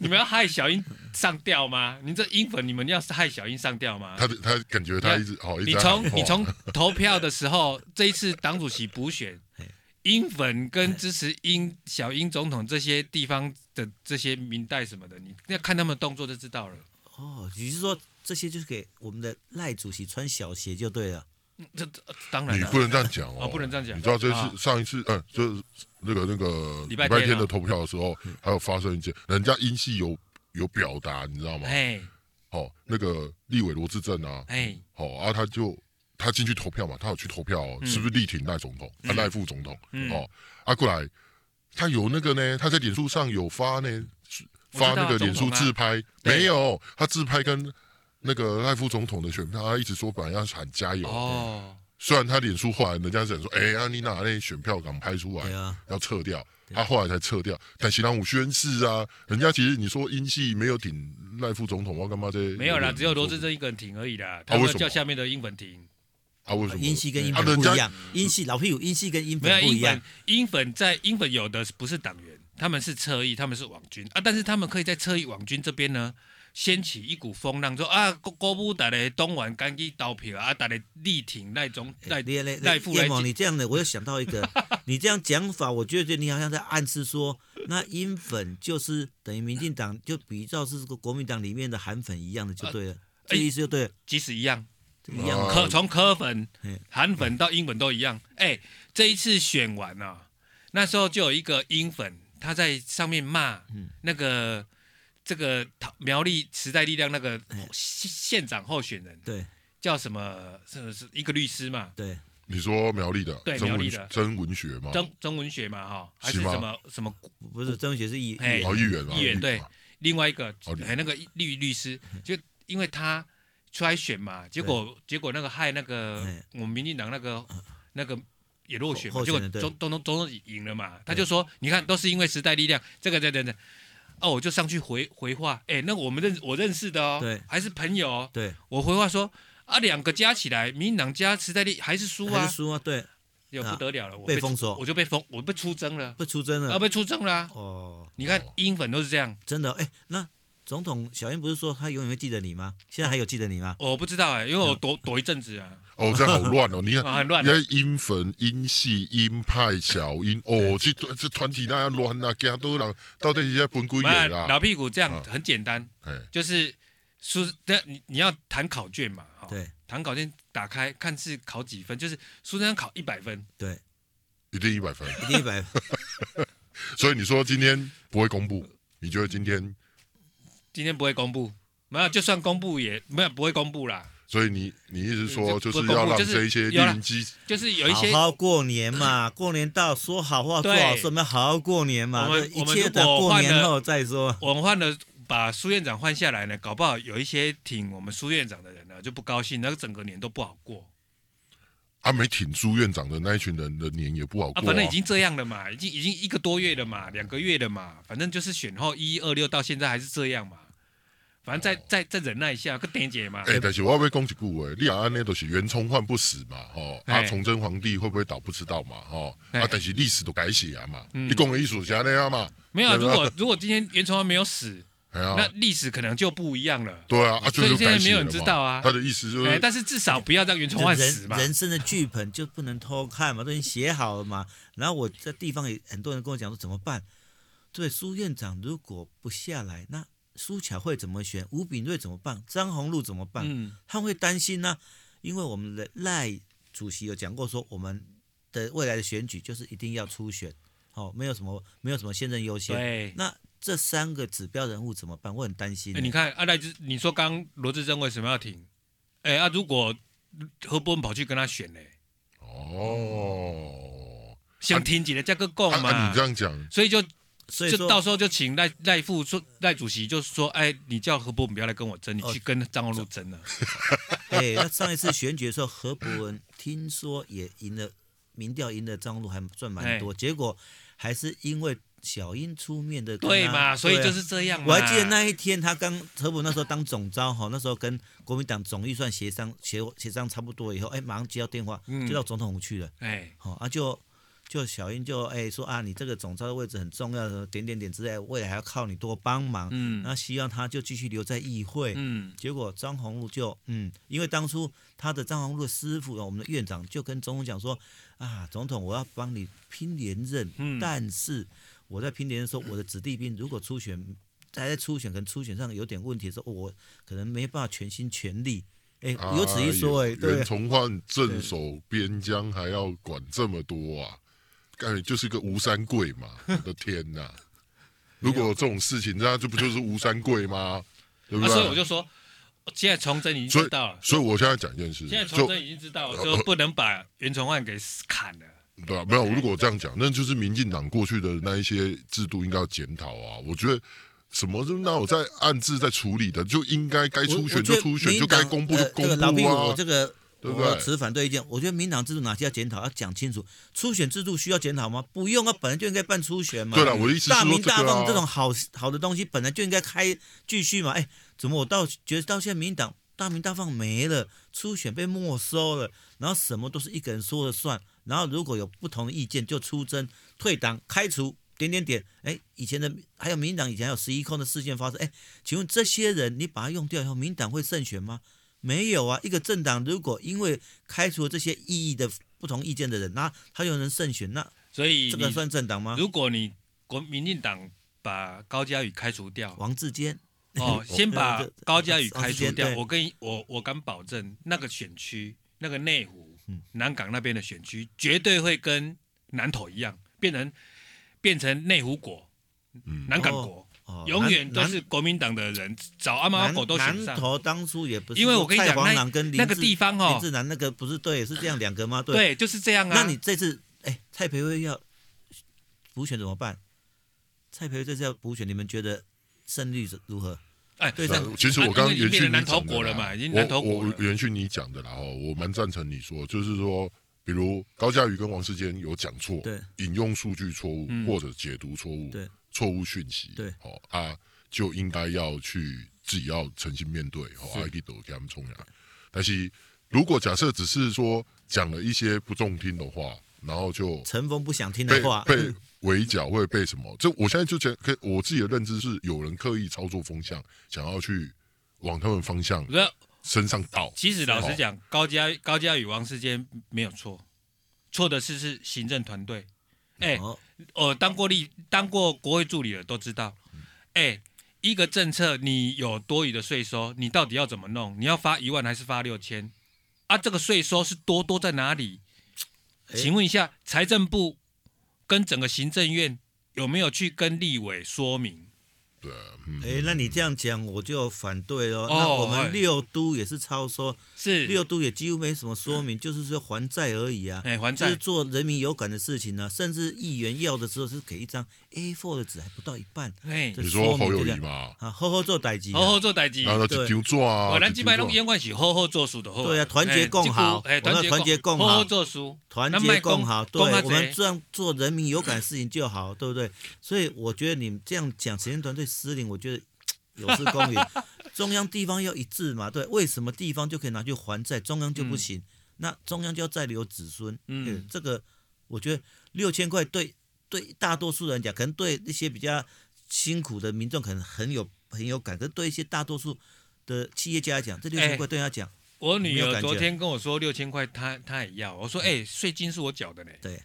[SPEAKER 1] 你们要害小英上吊吗？你这英粉你们要害小英上吊吗？
[SPEAKER 3] 他的他感觉他一直哦好，一直
[SPEAKER 1] 你
[SPEAKER 3] 在
[SPEAKER 1] 从
[SPEAKER 3] 喊话
[SPEAKER 1] 你从投票的时 候，这一次党主席补选
[SPEAKER 2] 嘿，
[SPEAKER 1] 英粉跟支持英小英总统这些地方的这些民代什么的，你要看他们的动作就知道了。
[SPEAKER 2] 哦，也就是说这些就是给我们的赖主席穿小鞋就对了。
[SPEAKER 1] 嗯这这当然
[SPEAKER 3] 你
[SPEAKER 1] 了
[SPEAKER 3] 不，能这样讲哦，
[SPEAKER 1] 哦不能这样讲
[SPEAKER 3] 你知道这
[SPEAKER 1] 啊
[SPEAKER 3] 次上一次，嗯，就是那个那个
[SPEAKER 1] 礼拜天啊
[SPEAKER 3] 天的投票的时候，还有发生一件，人家英系有有表达，你知道吗？
[SPEAKER 1] 哎
[SPEAKER 3] 哦，那个立委罗志正啊，
[SPEAKER 1] 哎，
[SPEAKER 3] 好、啊，他就他进去投票嘛，他有去投票、哦，是不是力挺赖总统、啊赖副总统？
[SPEAKER 1] 嗯
[SPEAKER 3] 哦，啊，过来，他有那个呢，他在脸书上有发呢，是
[SPEAKER 1] 我知道
[SPEAKER 3] 发那个脸书
[SPEAKER 1] 总统啊
[SPEAKER 3] 自拍，
[SPEAKER 1] 对
[SPEAKER 3] 没有，他自拍跟那个赖副总统的选票，他一直说本来要喊加油，
[SPEAKER 1] 哦。
[SPEAKER 3] 虽然他脸书后来人家讲说，哎、啊，你哪那选票敢拍出来
[SPEAKER 2] 对？啊，
[SPEAKER 3] 要撤掉，他、后来才撤掉。但其他五宣誓啊，人家其实你说英系没有挺赖副总统，我干嘛这
[SPEAKER 1] 没有啦，只有罗志正一个人停而已啦，他
[SPEAKER 3] 哦为
[SPEAKER 1] 们
[SPEAKER 3] 什么
[SPEAKER 1] 叫下面的英粉停。
[SPEAKER 3] 啊？为什么
[SPEAKER 2] 英系跟英
[SPEAKER 3] 啊
[SPEAKER 2] 粉
[SPEAKER 3] 人
[SPEAKER 2] 不
[SPEAKER 3] 家
[SPEAKER 2] 一样，英系老屁股，英系跟英
[SPEAKER 1] 没有
[SPEAKER 2] 粉不一
[SPEAKER 1] 英
[SPEAKER 2] 样
[SPEAKER 1] 粉，，英粉在英粉有的不是党员，他们是侧翼，他们是网军啊，但是他们可以在侧翼网军这边呢。掀起一股风浪，说啊，国国母大家东莞赶紧投票啊，大家力挺赖总赖
[SPEAKER 2] 哎你你
[SPEAKER 1] 赖副来
[SPEAKER 2] 叶某，你这样的，我又想到一 个，你这样讲法，我觉得你好像在暗示说，那英粉就是等于民进党，就比照是这个国民党里面的韩粉一样的，就对
[SPEAKER 1] 啊
[SPEAKER 2] 了，这个意思就对了，
[SPEAKER 1] 即使一样，
[SPEAKER 2] 一样
[SPEAKER 3] 啊
[SPEAKER 2] 嘛。
[SPEAKER 1] 科从科粉
[SPEAKER 2] 哦嘿、
[SPEAKER 1] 韩粉到英粉都一样。哎、这一次选完啊，那时候就有一个英粉，他在上面骂
[SPEAKER 2] 嗯
[SPEAKER 1] 那个、这个桃苗栗时代力量那个
[SPEAKER 2] 哎
[SPEAKER 1] 县县长候选人
[SPEAKER 2] 对
[SPEAKER 1] 叫什么？是是一个律师嘛？
[SPEAKER 2] 对，
[SPEAKER 3] 你说苗栗的
[SPEAKER 1] 对
[SPEAKER 3] 真
[SPEAKER 1] 苗栗
[SPEAKER 3] 文
[SPEAKER 1] 的
[SPEAKER 3] 真文学
[SPEAKER 2] 哦
[SPEAKER 3] 吗？
[SPEAKER 1] 曾曾文学嘛，哈，还是
[SPEAKER 3] 是吗
[SPEAKER 1] 什么什么？
[SPEAKER 2] 不是张学是议
[SPEAKER 1] 哎
[SPEAKER 3] 哦，议员嘛，
[SPEAKER 1] 议员对
[SPEAKER 3] 嘛
[SPEAKER 1] 另外一个
[SPEAKER 3] 哦律
[SPEAKER 1] 哎，那个律律 师，就因为他出来选嘛，结果结果那个害那个
[SPEAKER 2] 哎
[SPEAKER 1] 我们民进党那 个那个也落选嘛，
[SPEAKER 2] 候
[SPEAKER 1] 结
[SPEAKER 2] 选
[SPEAKER 1] 果
[SPEAKER 2] 人对
[SPEAKER 1] 总总统总统赢了嘛，他就说你看都是因为时代力量，这个这等等。哦，我就上去回回话，哎，那我们认我认识的哦，
[SPEAKER 2] 对
[SPEAKER 1] 还是朋友哦。
[SPEAKER 2] 对，
[SPEAKER 1] 我回话说啊，两个加起来，民进党加时代力还是输
[SPEAKER 2] 还
[SPEAKER 1] 啊
[SPEAKER 2] 是，输啊，对，
[SPEAKER 1] 有
[SPEAKER 2] 啊
[SPEAKER 1] 不得了了，我
[SPEAKER 2] 被封锁
[SPEAKER 1] 我就被封，我被出征了，
[SPEAKER 2] 不出征
[SPEAKER 1] 啊，
[SPEAKER 2] 了。
[SPEAKER 1] 被出征了啊。
[SPEAKER 2] 哦，
[SPEAKER 1] 你看英粉都是这样，
[SPEAKER 2] 真的哎，那总统小英不是说他永远会记得你吗？现在还有记得你吗？
[SPEAKER 1] 我不知道哎、因为
[SPEAKER 2] 嗯
[SPEAKER 1] 我躲躲一阵子啊，
[SPEAKER 3] 哦，这好 乱哦！你看，
[SPEAKER 1] 啊很乱
[SPEAKER 3] 人家英粉、英系、英派、小英，哦，这这团体那样乱啊，惊都人到底是在分归
[SPEAKER 1] 那
[SPEAKER 3] 野啦
[SPEAKER 1] 老？屁股这样
[SPEAKER 3] 啊
[SPEAKER 1] 很简单，
[SPEAKER 3] 哎，
[SPEAKER 1] 就是书，但你你要谈考卷嘛，哈、
[SPEAKER 2] 对
[SPEAKER 1] 谈考卷打开看是考几分，就是书生考一百分，
[SPEAKER 2] 对，
[SPEAKER 3] 一定一百分。
[SPEAKER 2] 一定一百，
[SPEAKER 3] 所以你说今天不会公布，你觉得今天
[SPEAKER 1] 今天不会公布，没有，就算公布也没有不会公布啦，
[SPEAKER 3] 所以你你一直说
[SPEAKER 1] 就
[SPEAKER 3] 就
[SPEAKER 1] 不
[SPEAKER 3] 是
[SPEAKER 1] 不
[SPEAKER 3] 要
[SPEAKER 1] 不
[SPEAKER 3] 让
[SPEAKER 1] 就是
[SPEAKER 3] 这一些
[SPEAKER 1] 有啦
[SPEAKER 3] 运机
[SPEAKER 1] 就是有一些
[SPEAKER 2] 好好过年 嘛，过年到说好话做
[SPEAKER 1] 对
[SPEAKER 2] 好事，我们好好过年嘛，
[SPEAKER 1] 我们
[SPEAKER 2] 这一
[SPEAKER 1] 我们
[SPEAKER 2] 切
[SPEAKER 1] 如
[SPEAKER 2] 等
[SPEAKER 1] 果
[SPEAKER 2] 过
[SPEAKER 1] 换
[SPEAKER 2] 年
[SPEAKER 1] 了
[SPEAKER 2] 后再说。
[SPEAKER 1] 我们换了把苏院长换下来呢，搞不好有一些挺我们苏院长的人呢、就不高兴，那个整个年都不好过
[SPEAKER 3] 啊，没挺苏院长的那一群人的年也不好
[SPEAKER 1] 啊。
[SPEAKER 3] 过、
[SPEAKER 1] 反正已经这样了嘛，已经已经一个多月了嘛，两个月了嘛，反正就是选后一二六到现在还是这样嘛。反正再再再忍耐一下，个点解嘛。
[SPEAKER 3] 哦哎、但是我要被攻击顾哎，利亚安那都是袁崇焕不死嘛，吼、
[SPEAKER 1] 哎
[SPEAKER 3] 啊，崇祯皇帝会不会倒不知道嘛，吼、
[SPEAKER 1] 哎
[SPEAKER 3] 啊，但是历史都改写啊嘛，
[SPEAKER 1] 嗯
[SPEAKER 3] 你讲的艺术家那样嘛，
[SPEAKER 1] 没有啊，
[SPEAKER 3] 对
[SPEAKER 1] 如
[SPEAKER 3] 吧
[SPEAKER 1] 果如果今天袁崇焕没有死，
[SPEAKER 3] 哎
[SPEAKER 1] 那
[SPEAKER 3] 呀，
[SPEAKER 1] 历史可能就不一样了。
[SPEAKER 3] 对啊，啊，
[SPEAKER 1] 所
[SPEAKER 3] 就
[SPEAKER 1] 以
[SPEAKER 3] 是
[SPEAKER 1] 现在
[SPEAKER 3] 改写
[SPEAKER 1] 没有
[SPEAKER 3] 了
[SPEAKER 1] 人
[SPEAKER 3] 嘛
[SPEAKER 1] 知道啊
[SPEAKER 3] 他的意思就是，
[SPEAKER 1] 哎，但是至少不要让袁崇焕死
[SPEAKER 2] 人
[SPEAKER 1] 嘛。
[SPEAKER 2] 人生的剧本就不能偷看嘛，都已经写好了嘛。然后我在地方也很多人跟我讲说怎么办？对，苏院长如果不下来，那苏巧慧怎么选？吴炳瑞怎么办？张宏禄怎么办？
[SPEAKER 1] 嗯，
[SPEAKER 2] 他会担心呢、因为我们的赖主席有讲过说，我们的未来的选举就是一定要初选，哦，没有什么没有什么现任优先。
[SPEAKER 1] 对。
[SPEAKER 2] 那这三个指标人物怎么办？我很担心
[SPEAKER 1] 哎，
[SPEAKER 2] 欸、
[SPEAKER 1] 你看阿赖之，你说刚刚罗志珍为什么要停？哎啊，如果何伯文跑去跟他选呢？
[SPEAKER 3] 哦，
[SPEAKER 1] 想停几个价格够
[SPEAKER 3] 啊
[SPEAKER 1] 嘛？
[SPEAKER 3] 啊，你这样讲，
[SPEAKER 1] 所以就
[SPEAKER 2] 所以
[SPEAKER 1] 就
[SPEAKER 2] 说
[SPEAKER 1] 到时候就请赖赖副说赖主席就说，哎，你叫何伯文不要来跟我争，你
[SPEAKER 2] 哦
[SPEAKER 1] 去跟张宏禄争 了。
[SPEAKER 2] 哎、那上一次选举的时候，何伯文听说也赢了，民调赢了张宏禄还算蛮
[SPEAKER 1] 哎
[SPEAKER 2] 多，结果还是因为小英出面的跟他，
[SPEAKER 1] 对嘛？所以
[SPEAKER 2] 对啊
[SPEAKER 1] 就是这样嘛。
[SPEAKER 2] 我还记得那一天，他刚何普那时候当总召哈，那时候跟国民党总预算协商协协商差不多以后，哎，马上接到电话，
[SPEAKER 1] 嗯
[SPEAKER 2] 就到总统府去了，
[SPEAKER 1] 哎，
[SPEAKER 2] 好、啊就就小英就哎说啊，你这个总召的位置很重要，点点点之类，未来还要靠你多帮忙，
[SPEAKER 1] 嗯
[SPEAKER 2] 那希望他就继续留在议会，
[SPEAKER 1] 嗯，
[SPEAKER 2] 结果张宏禄就嗯，因为当初他的张宏禄的师傅，我们的院长就跟总统讲说啊，总统我要帮你拼连任，
[SPEAKER 1] 嗯
[SPEAKER 2] 但是我在拼连任的时候，我的子弟兵如果初选还在初选，可能初选上有点问题的时候，我可能没办法全心全力。哎，
[SPEAKER 3] 啊
[SPEAKER 2] 有此一说哎，
[SPEAKER 3] 袁
[SPEAKER 2] 对
[SPEAKER 3] 袁，崇焕镇守边疆还要管这么多啊，感觉就是个吴三桂 嘛，我的天哪！如果有这种事情，那这不就是吴三桂吗？对不
[SPEAKER 2] 嗯
[SPEAKER 1] 那
[SPEAKER 3] 对？
[SPEAKER 1] 啊所以我就说，现在崇祯已经
[SPEAKER 3] 所
[SPEAKER 1] 知
[SPEAKER 3] 以
[SPEAKER 1] 道了，，
[SPEAKER 3] 所以我现在讲一件事，
[SPEAKER 1] 现在
[SPEAKER 3] 就
[SPEAKER 1] 崇祯已经知道了，就不能把袁崇焕给砍了。
[SPEAKER 3] 对啊，没有。如果这样讲，那就是民进党过去的那一些制度应该要检讨啊。我觉得什么是那我在暗自在处理的，就应该该
[SPEAKER 2] 我
[SPEAKER 3] 出
[SPEAKER 2] 我
[SPEAKER 3] 选
[SPEAKER 2] 觉
[SPEAKER 3] 就
[SPEAKER 2] 得
[SPEAKER 3] 出选，
[SPEAKER 2] 民
[SPEAKER 3] 就该
[SPEAKER 2] 党
[SPEAKER 3] 公布就
[SPEAKER 2] 呃
[SPEAKER 3] 公
[SPEAKER 2] 这个老屁
[SPEAKER 3] 布
[SPEAKER 2] 股，
[SPEAKER 3] 啊
[SPEAKER 2] 我这。个
[SPEAKER 3] 对不对
[SPEAKER 2] 我持反对意见。我觉得民党制度哪些要检讨，要讲清楚。初选制度需要检讨吗？不用啊，本来就应该办初选嘛。
[SPEAKER 3] 对了，我的意思是
[SPEAKER 2] 大
[SPEAKER 3] 说
[SPEAKER 2] 名
[SPEAKER 3] 这
[SPEAKER 2] 大
[SPEAKER 3] 个
[SPEAKER 2] 放这种
[SPEAKER 3] 啊，
[SPEAKER 2] 好好的东西，本来就应该开继续嘛。哎，怎么我到觉得到现在民进党大名大放没了，初选被没收了，然后什么都是一个人说了算，然后如果有不同的意见就出征、退党、开除。点点点，哎，以前的还有民进党以前还有十一空的事件发生，哎，请问这些人你把它用掉以后，民进党会胜选吗？没有啊，一个政党如果因为开除了这些异议的不同意见的人，那他又能胜选，那
[SPEAKER 1] 所以
[SPEAKER 2] 这个
[SPEAKER 1] 你
[SPEAKER 2] 算政党吗？
[SPEAKER 1] 如果你国民进党把高嘉宇开除掉，
[SPEAKER 2] 王志坚。 呃
[SPEAKER 1] 哦，先把
[SPEAKER 2] 对
[SPEAKER 1] 高嘉宇开除掉
[SPEAKER 2] 对。
[SPEAKER 1] 我跟你我我敢保证，那个选区，那个内湖、
[SPEAKER 2] 嗯
[SPEAKER 1] 南港那边的选区，绝对会跟南投一样，变成变成内湖国、
[SPEAKER 3] 嗯
[SPEAKER 1] 南港
[SPEAKER 2] 哦
[SPEAKER 1] 国，
[SPEAKER 2] 哦
[SPEAKER 1] 永远都
[SPEAKER 2] 南
[SPEAKER 1] 是国民党的人找阿猫阿
[SPEAKER 2] 南
[SPEAKER 1] 狗都选
[SPEAKER 2] 南
[SPEAKER 1] 上。
[SPEAKER 2] 投当初也不是，
[SPEAKER 1] 因为我跟你讲，
[SPEAKER 2] 黄朗
[SPEAKER 1] 那
[SPEAKER 2] 跟林
[SPEAKER 1] 那个地
[SPEAKER 2] 方
[SPEAKER 1] 方
[SPEAKER 2] 林
[SPEAKER 1] 哦，
[SPEAKER 2] 志南那个不是对，是这样两个吗？对。
[SPEAKER 1] 对，就是这样啊。
[SPEAKER 2] 那你这次哎，蔡培慧要补选怎么办？蔡培慧这次要补选，你们觉得胜率如何？
[SPEAKER 1] 哎，
[SPEAKER 2] 对
[SPEAKER 3] 对
[SPEAKER 2] 上
[SPEAKER 3] 啊其实我刚刚
[SPEAKER 1] 已经
[SPEAKER 3] 延
[SPEAKER 1] 变成
[SPEAKER 3] 续你
[SPEAKER 1] 南投
[SPEAKER 3] 讲
[SPEAKER 1] 国了
[SPEAKER 3] 的啦
[SPEAKER 1] 嘛，已经南
[SPEAKER 3] 我
[SPEAKER 1] 投国
[SPEAKER 3] 我
[SPEAKER 1] 了。
[SPEAKER 3] 延续你讲的啦，哦，我蛮赞成你说，就是说，比如高嘉瑜跟王世坚有讲错，
[SPEAKER 2] 对
[SPEAKER 3] 引用数据错误
[SPEAKER 1] 嗯
[SPEAKER 3] 或者解读错误，
[SPEAKER 2] 对，
[SPEAKER 3] 错误讯息，
[SPEAKER 2] 对，
[SPEAKER 3] 哦啊，就应该要去自己要诚心面对，哦，
[SPEAKER 2] 是
[SPEAKER 3] 还可以给他们冲呀。但是如果假设只是说讲了一些不中听的话，然后就
[SPEAKER 2] 陈峰不想听
[SPEAKER 3] 被
[SPEAKER 2] 的话，
[SPEAKER 3] 被围剿会被什么？这我现在就觉得，可我自己的认知是，有人刻意操作风向，想要去往他们方向
[SPEAKER 1] 我觉得
[SPEAKER 3] 身上倒。
[SPEAKER 1] 其实
[SPEAKER 3] 哦
[SPEAKER 1] 老实讲，高嘉高嘉与王世坚没有错，错的是是行政团队。哎、
[SPEAKER 2] 哦，
[SPEAKER 1] 我当过立当过国会助理的都知道，
[SPEAKER 2] 嗯
[SPEAKER 1] 哎、一个政策你有多余的税收，你到底要怎么弄？你要发一万还是发六千？啊，这个税收是多多在哪里？
[SPEAKER 2] 哎
[SPEAKER 1] 请问一下，财政部跟整个行政院有没有去跟立委说明？
[SPEAKER 3] 对啊，嗯，
[SPEAKER 2] 哎，那你这样讲我就反对了。
[SPEAKER 1] 哦
[SPEAKER 2] 那我
[SPEAKER 1] 哎
[SPEAKER 2] 们六都也是超收，
[SPEAKER 1] 是，
[SPEAKER 2] 六都也几乎没什么说 明，就是说还债而已啊。
[SPEAKER 1] 哎，还
[SPEAKER 2] 就是
[SPEAKER 1] 债，
[SPEAKER 2] 做人民有感的事情呢、甚至议员要的时候是给一张 A4 的纸，还不到一半。
[SPEAKER 1] 哎，
[SPEAKER 2] 这
[SPEAKER 3] 你说
[SPEAKER 2] 说明
[SPEAKER 3] 侯友
[SPEAKER 2] 这
[SPEAKER 3] 谊
[SPEAKER 2] 个
[SPEAKER 3] 嘛，
[SPEAKER 2] 啊，好好做代志啊、
[SPEAKER 1] 好好做代志。哦
[SPEAKER 3] 然后
[SPEAKER 2] 对
[SPEAKER 3] 就丢做啊，
[SPEAKER 1] 我咱
[SPEAKER 3] 一
[SPEAKER 1] 即
[SPEAKER 3] 张
[SPEAKER 1] 摆
[SPEAKER 3] 纸
[SPEAKER 1] 拢永远是好好做事就好。
[SPEAKER 2] 对啊团结共好
[SPEAKER 1] 哎，
[SPEAKER 2] 我
[SPEAKER 1] 这
[SPEAKER 2] 们
[SPEAKER 1] 久哎
[SPEAKER 2] 团结共
[SPEAKER 1] 好
[SPEAKER 2] 好
[SPEAKER 1] 好做事，
[SPEAKER 2] 团
[SPEAKER 1] 咱
[SPEAKER 2] 结
[SPEAKER 1] 别
[SPEAKER 2] 共
[SPEAKER 1] 讲
[SPEAKER 2] 好，对
[SPEAKER 1] 讲较，
[SPEAKER 2] 我们
[SPEAKER 1] 多
[SPEAKER 2] 这样做人民有感的事情就好，对不对？所以我觉得你这样讲，实验团队失灵，我觉得有失公允。中央地方要一致嘛，对？为什么地方就可以拿去还债，中央就不行？那中央就要再留子孙。
[SPEAKER 1] 嗯
[SPEAKER 2] 这个我觉得六千块对对大多数人讲，可能对一些比较辛苦的民众可能很有很有感，可是对一些大多数的企业家来讲，这六千块对他讲，
[SPEAKER 1] 我女
[SPEAKER 2] 没有
[SPEAKER 1] 儿
[SPEAKER 2] 感觉
[SPEAKER 1] 昨天跟我说六千块，她她也要。我说，哎，税金是我缴的呢。
[SPEAKER 2] 对。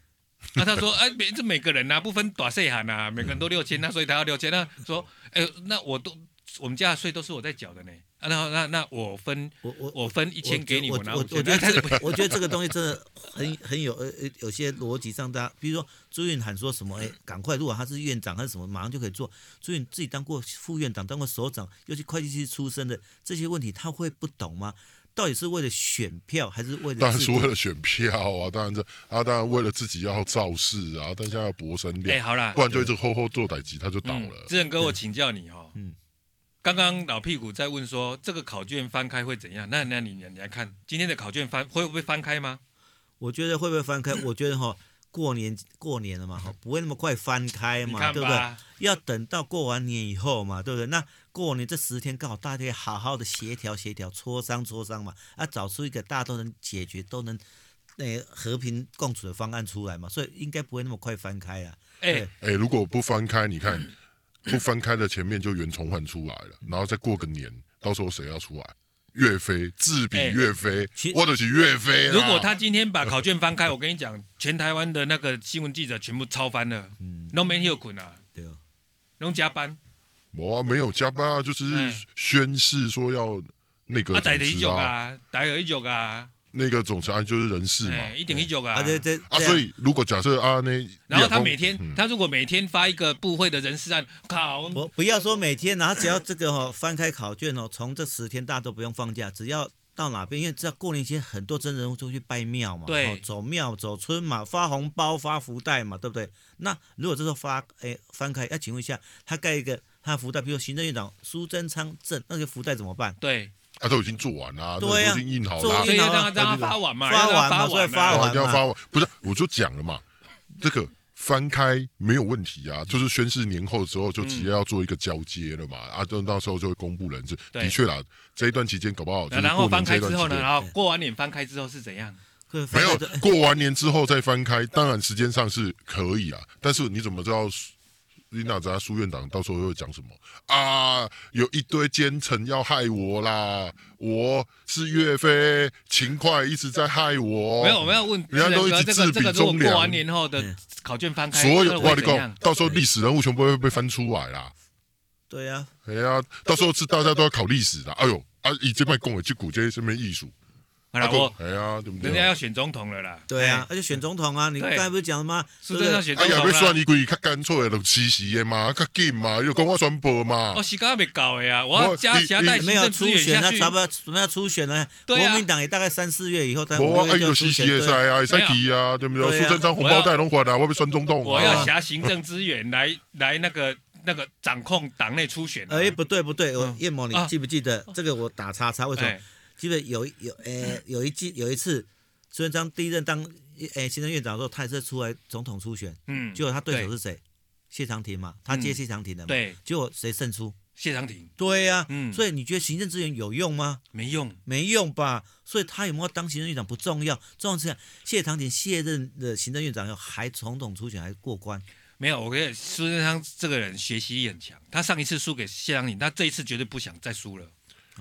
[SPEAKER 1] 那她说，哎，每这每个人呐、不分短细喊呐，每个人都六千，那所以她要六千。那说，哎，那我都我们家的税都是我在缴的呢。啊，那那那我分
[SPEAKER 2] 我我
[SPEAKER 1] 我分一千给你，啊
[SPEAKER 2] 我
[SPEAKER 1] 我拿
[SPEAKER 2] 我
[SPEAKER 1] 五
[SPEAKER 2] 我
[SPEAKER 1] 千。
[SPEAKER 2] 觉得
[SPEAKER 1] 但是不
[SPEAKER 2] 这，我觉得这个东西真的很很有呃呃有些逻辑上，大家比如说朱运喊说什么，哎，赶快，如果他是院长还是什么，马上就可以做。朱运自己当过副院长，当过首长，又是会计系出身的，这些问题他会不懂吗？到底是为了选票，还是为了
[SPEAKER 3] 当然
[SPEAKER 2] 制
[SPEAKER 3] 是
[SPEAKER 2] 度
[SPEAKER 3] 为了选票啊，当然这啊，当然为了自己要造势啊，但现在要博声
[SPEAKER 1] 哎，
[SPEAKER 3] 量，
[SPEAKER 1] 好啦
[SPEAKER 3] 不，然就一直厚厚做歹机，他就倒
[SPEAKER 1] 嗯，
[SPEAKER 3] 了。
[SPEAKER 1] 志仁哥，我请教你哦。
[SPEAKER 2] 嗯
[SPEAKER 1] 刚刚老屁股在问说，这个考卷翻开会怎样？那那你你来看，今天的考卷翻会不会翻开吗？
[SPEAKER 2] 我觉得会不会翻开？我觉得哈，过年过年了嘛，哈，不会那么快翻开
[SPEAKER 1] 你
[SPEAKER 2] 嘛，
[SPEAKER 1] 看
[SPEAKER 2] 对不对？
[SPEAKER 1] 吧，
[SPEAKER 2] 要等到过完年以后嘛，对不对？那过年这十天刚好大家好好的协调协调，磋商磋商嘛，啊，找出一个大家都能解决、都能那、呃和平共处的方案出来嘛，所以应该不会那么快翻开啊。
[SPEAKER 1] 哎
[SPEAKER 2] 对，
[SPEAKER 3] 哎，如果不翻开，你看
[SPEAKER 1] 嗯
[SPEAKER 3] 不翻开的前面就袁崇焕出来了，然后再过个年，到时候谁要出来？岳飞自比
[SPEAKER 1] 哎
[SPEAKER 3] 岳飞
[SPEAKER 2] 其，
[SPEAKER 3] 我的是岳飞啦。
[SPEAKER 1] 如果他今天把考卷翻开，我跟你讲，全台湾的那个新闻记者全部抄翻了，
[SPEAKER 2] 嗯，
[SPEAKER 1] 都没有困啊，
[SPEAKER 2] 对哦，
[SPEAKER 1] 都加班，
[SPEAKER 3] 我没有加班啊，就是
[SPEAKER 1] 哎
[SPEAKER 3] 宣誓说要那个
[SPEAKER 1] 啊，逮了
[SPEAKER 3] 总
[SPEAKER 1] 一
[SPEAKER 3] 辞
[SPEAKER 1] 九
[SPEAKER 3] 啊，
[SPEAKER 1] 啊，逮了一九啊，
[SPEAKER 3] 那个总裁就是人事嘛
[SPEAKER 1] 哎，，一顶一九啊
[SPEAKER 2] 啊，。对对
[SPEAKER 3] 啊，所以如果假设啊，那嗯
[SPEAKER 1] 然后他
[SPEAKER 3] 立法
[SPEAKER 1] 每天，他如果每天发一个部会的人事案，靠，
[SPEAKER 3] 哦
[SPEAKER 2] 我不要说每天拿，只要这个哦，翻开考卷哦，从这十天大家都不用放假，只要到哪边，因为知道过年前很多真人物都去拜庙嘛，
[SPEAKER 1] 对
[SPEAKER 2] 哦走庙走村嘛，发红包发福袋嘛，对不对？那如果这时候发，哎，翻开，要请问一下，他盖一个他的福袋，比如行政院长苏贞昌证那些福袋怎么办？
[SPEAKER 1] 对，
[SPEAKER 3] 啊都已经做完啦，那
[SPEAKER 2] 对啊
[SPEAKER 3] 都已经印好
[SPEAKER 2] 做
[SPEAKER 3] 啦
[SPEAKER 1] 所
[SPEAKER 2] 完，
[SPEAKER 1] 以要让
[SPEAKER 2] 那
[SPEAKER 1] 他让他发完嘛，
[SPEAKER 2] 发
[SPEAKER 1] 让他
[SPEAKER 2] 完嘛
[SPEAKER 1] 发
[SPEAKER 2] 所以
[SPEAKER 1] 完
[SPEAKER 2] 发
[SPEAKER 1] 嘛
[SPEAKER 2] 完。
[SPEAKER 3] 啊一定要
[SPEAKER 2] 嘛
[SPEAKER 3] 发完，不是我就讲了嘛，这个翻开没有问题啊，就是宣誓年后之后就直接要做一个交接了嘛，啊，就到时候就会公布人事。
[SPEAKER 1] 对
[SPEAKER 3] 的确啦，这一段期间搞不好就是
[SPEAKER 1] 然
[SPEAKER 3] 过
[SPEAKER 1] 后
[SPEAKER 3] 年
[SPEAKER 1] 翻
[SPEAKER 3] 这
[SPEAKER 1] 开
[SPEAKER 3] 一段
[SPEAKER 1] 之
[SPEAKER 3] 期
[SPEAKER 1] 后呢，
[SPEAKER 3] 间。
[SPEAKER 1] 然后过完年翻开之后是怎样？
[SPEAKER 2] 可
[SPEAKER 3] 没
[SPEAKER 2] 翻
[SPEAKER 3] 有
[SPEAKER 2] 开这
[SPEAKER 3] 过完年之后再翻开，当然时间上是可以啊，但是你怎么知道苏丽娜扎苏院长到时候会讲什么啊？有一堆奸臣要害我啦，我是岳飞，秦桧一直在害我。
[SPEAKER 1] 没有，我们要问
[SPEAKER 3] 人哦家都一直
[SPEAKER 1] 这个
[SPEAKER 3] 自
[SPEAKER 1] 这
[SPEAKER 3] 比
[SPEAKER 1] 个，如果
[SPEAKER 3] 忠良
[SPEAKER 1] 过完年后的
[SPEAKER 2] 嗯
[SPEAKER 1] 考卷翻开，
[SPEAKER 3] 所有
[SPEAKER 1] 这个
[SPEAKER 3] 我
[SPEAKER 1] 会
[SPEAKER 3] 跟你
[SPEAKER 1] 怎样
[SPEAKER 3] 讲，？到时候历史人物全部会被翻出来啦。
[SPEAKER 2] 对呀、啊，
[SPEAKER 3] 哎呀，到时候是大家都要考历史啦。哎呦，啊，以这卖供的去古街这边艺术，
[SPEAKER 1] 好了，啊我
[SPEAKER 3] 哎呀，对不
[SPEAKER 1] 人家
[SPEAKER 3] 对？
[SPEAKER 1] 要选总统了啦，
[SPEAKER 2] 对呀、啊
[SPEAKER 1] 哎，，
[SPEAKER 2] 而且选总统啊，你
[SPEAKER 1] 对
[SPEAKER 2] 刚才不是讲了吗？
[SPEAKER 1] 苏
[SPEAKER 2] 对
[SPEAKER 1] 贞
[SPEAKER 2] 不对
[SPEAKER 1] 昌选
[SPEAKER 3] 哎
[SPEAKER 1] 总
[SPEAKER 3] 呀，
[SPEAKER 1] 统
[SPEAKER 3] 要选
[SPEAKER 1] 啦。
[SPEAKER 3] 你鬼较干脆就七十的嘛，较紧嘛，又讲我宣布嘛
[SPEAKER 1] 哦，。时间还没搞的呀，我要加
[SPEAKER 3] 你
[SPEAKER 1] 加带行
[SPEAKER 2] 没有
[SPEAKER 1] 政
[SPEAKER 2] 初
[SPEAKER 1] 资源
[SPEAKER 2] 选，
[SPEAKER 1] 下
[SPEAKER 2] 他
[SPEAKER 1] 去。
[SPEAKER 2] 差不多准备要初选了。
[SPEAKER 1] 对啊
[SPEAKER 2] 国民党也大概三四月以后，但
[SPEAKER 3] 我
[SPEAKER 2] 五
[SPEAKER 3] 啊，
[SPEAKER 2] 月就
[SPEAKER 3] 有
[SPEAKER 2] 初
[SPEAKER 3] 西
[SPEAKER 2] 选
[SPEAKER 3] 西也
[SPEAKER 2] 对
[SPEAKER 3] 赛啊，也赛提啊，对不对？
[SPEAKER 2] 对啊
[SPEAKER 3] 苏贞昌红包袋拢还啊，我被酸中洞
[SPEAKER 1] 我
[SPEAKER 3] 啊。
[SPEAKER 1] 要挟行政资源来来那个那个掌控党内初选啊。
[SPEAKER 2] 哎，不对不对，我
[SPEAKER 1] 嗯
[SPEAKER 2] 叶某，你
[SPEAKER 1] 啊
[SPEAKER 2] 记不记得这个？我打叉叉，为什么
[SPEAKER 1] 哎？
[SPEAKER 2] 记得有一有呃有一季有一次，苏贞昌第一任当哎行政院长的时候，他也是出来总统初选，
[SPEAKER 1] 嗯，
[SPEAKER 2] 结果他对手
[SPEAKER 1] 对嗯
[SPEAKER 2] 是谁？谢长廷嘛，他接谢长廷的嘛。，
[SPEAKER 1] 对
[SPEAKER 2] 结果谁胜出？
[SPEAKER 1] 谢长廷
[SPEAKER 2] 对呀
[SPEAKER 1] 嗯，
[SPEAKER 2] 所以你觉得行政资源有用吗？
[SPEAKER 1] 没用，
[SPEAKER 2] 没用吧？所以他有没有当行政院长不重要，重要是谢长廷卸任的行政院长以后还总统初选还过关，
[SPEAKER 1] 没有。我跟你讲苏贞昌这个人学习力很强，他上一次输给谢长廷，他这一次绝对不想再输了。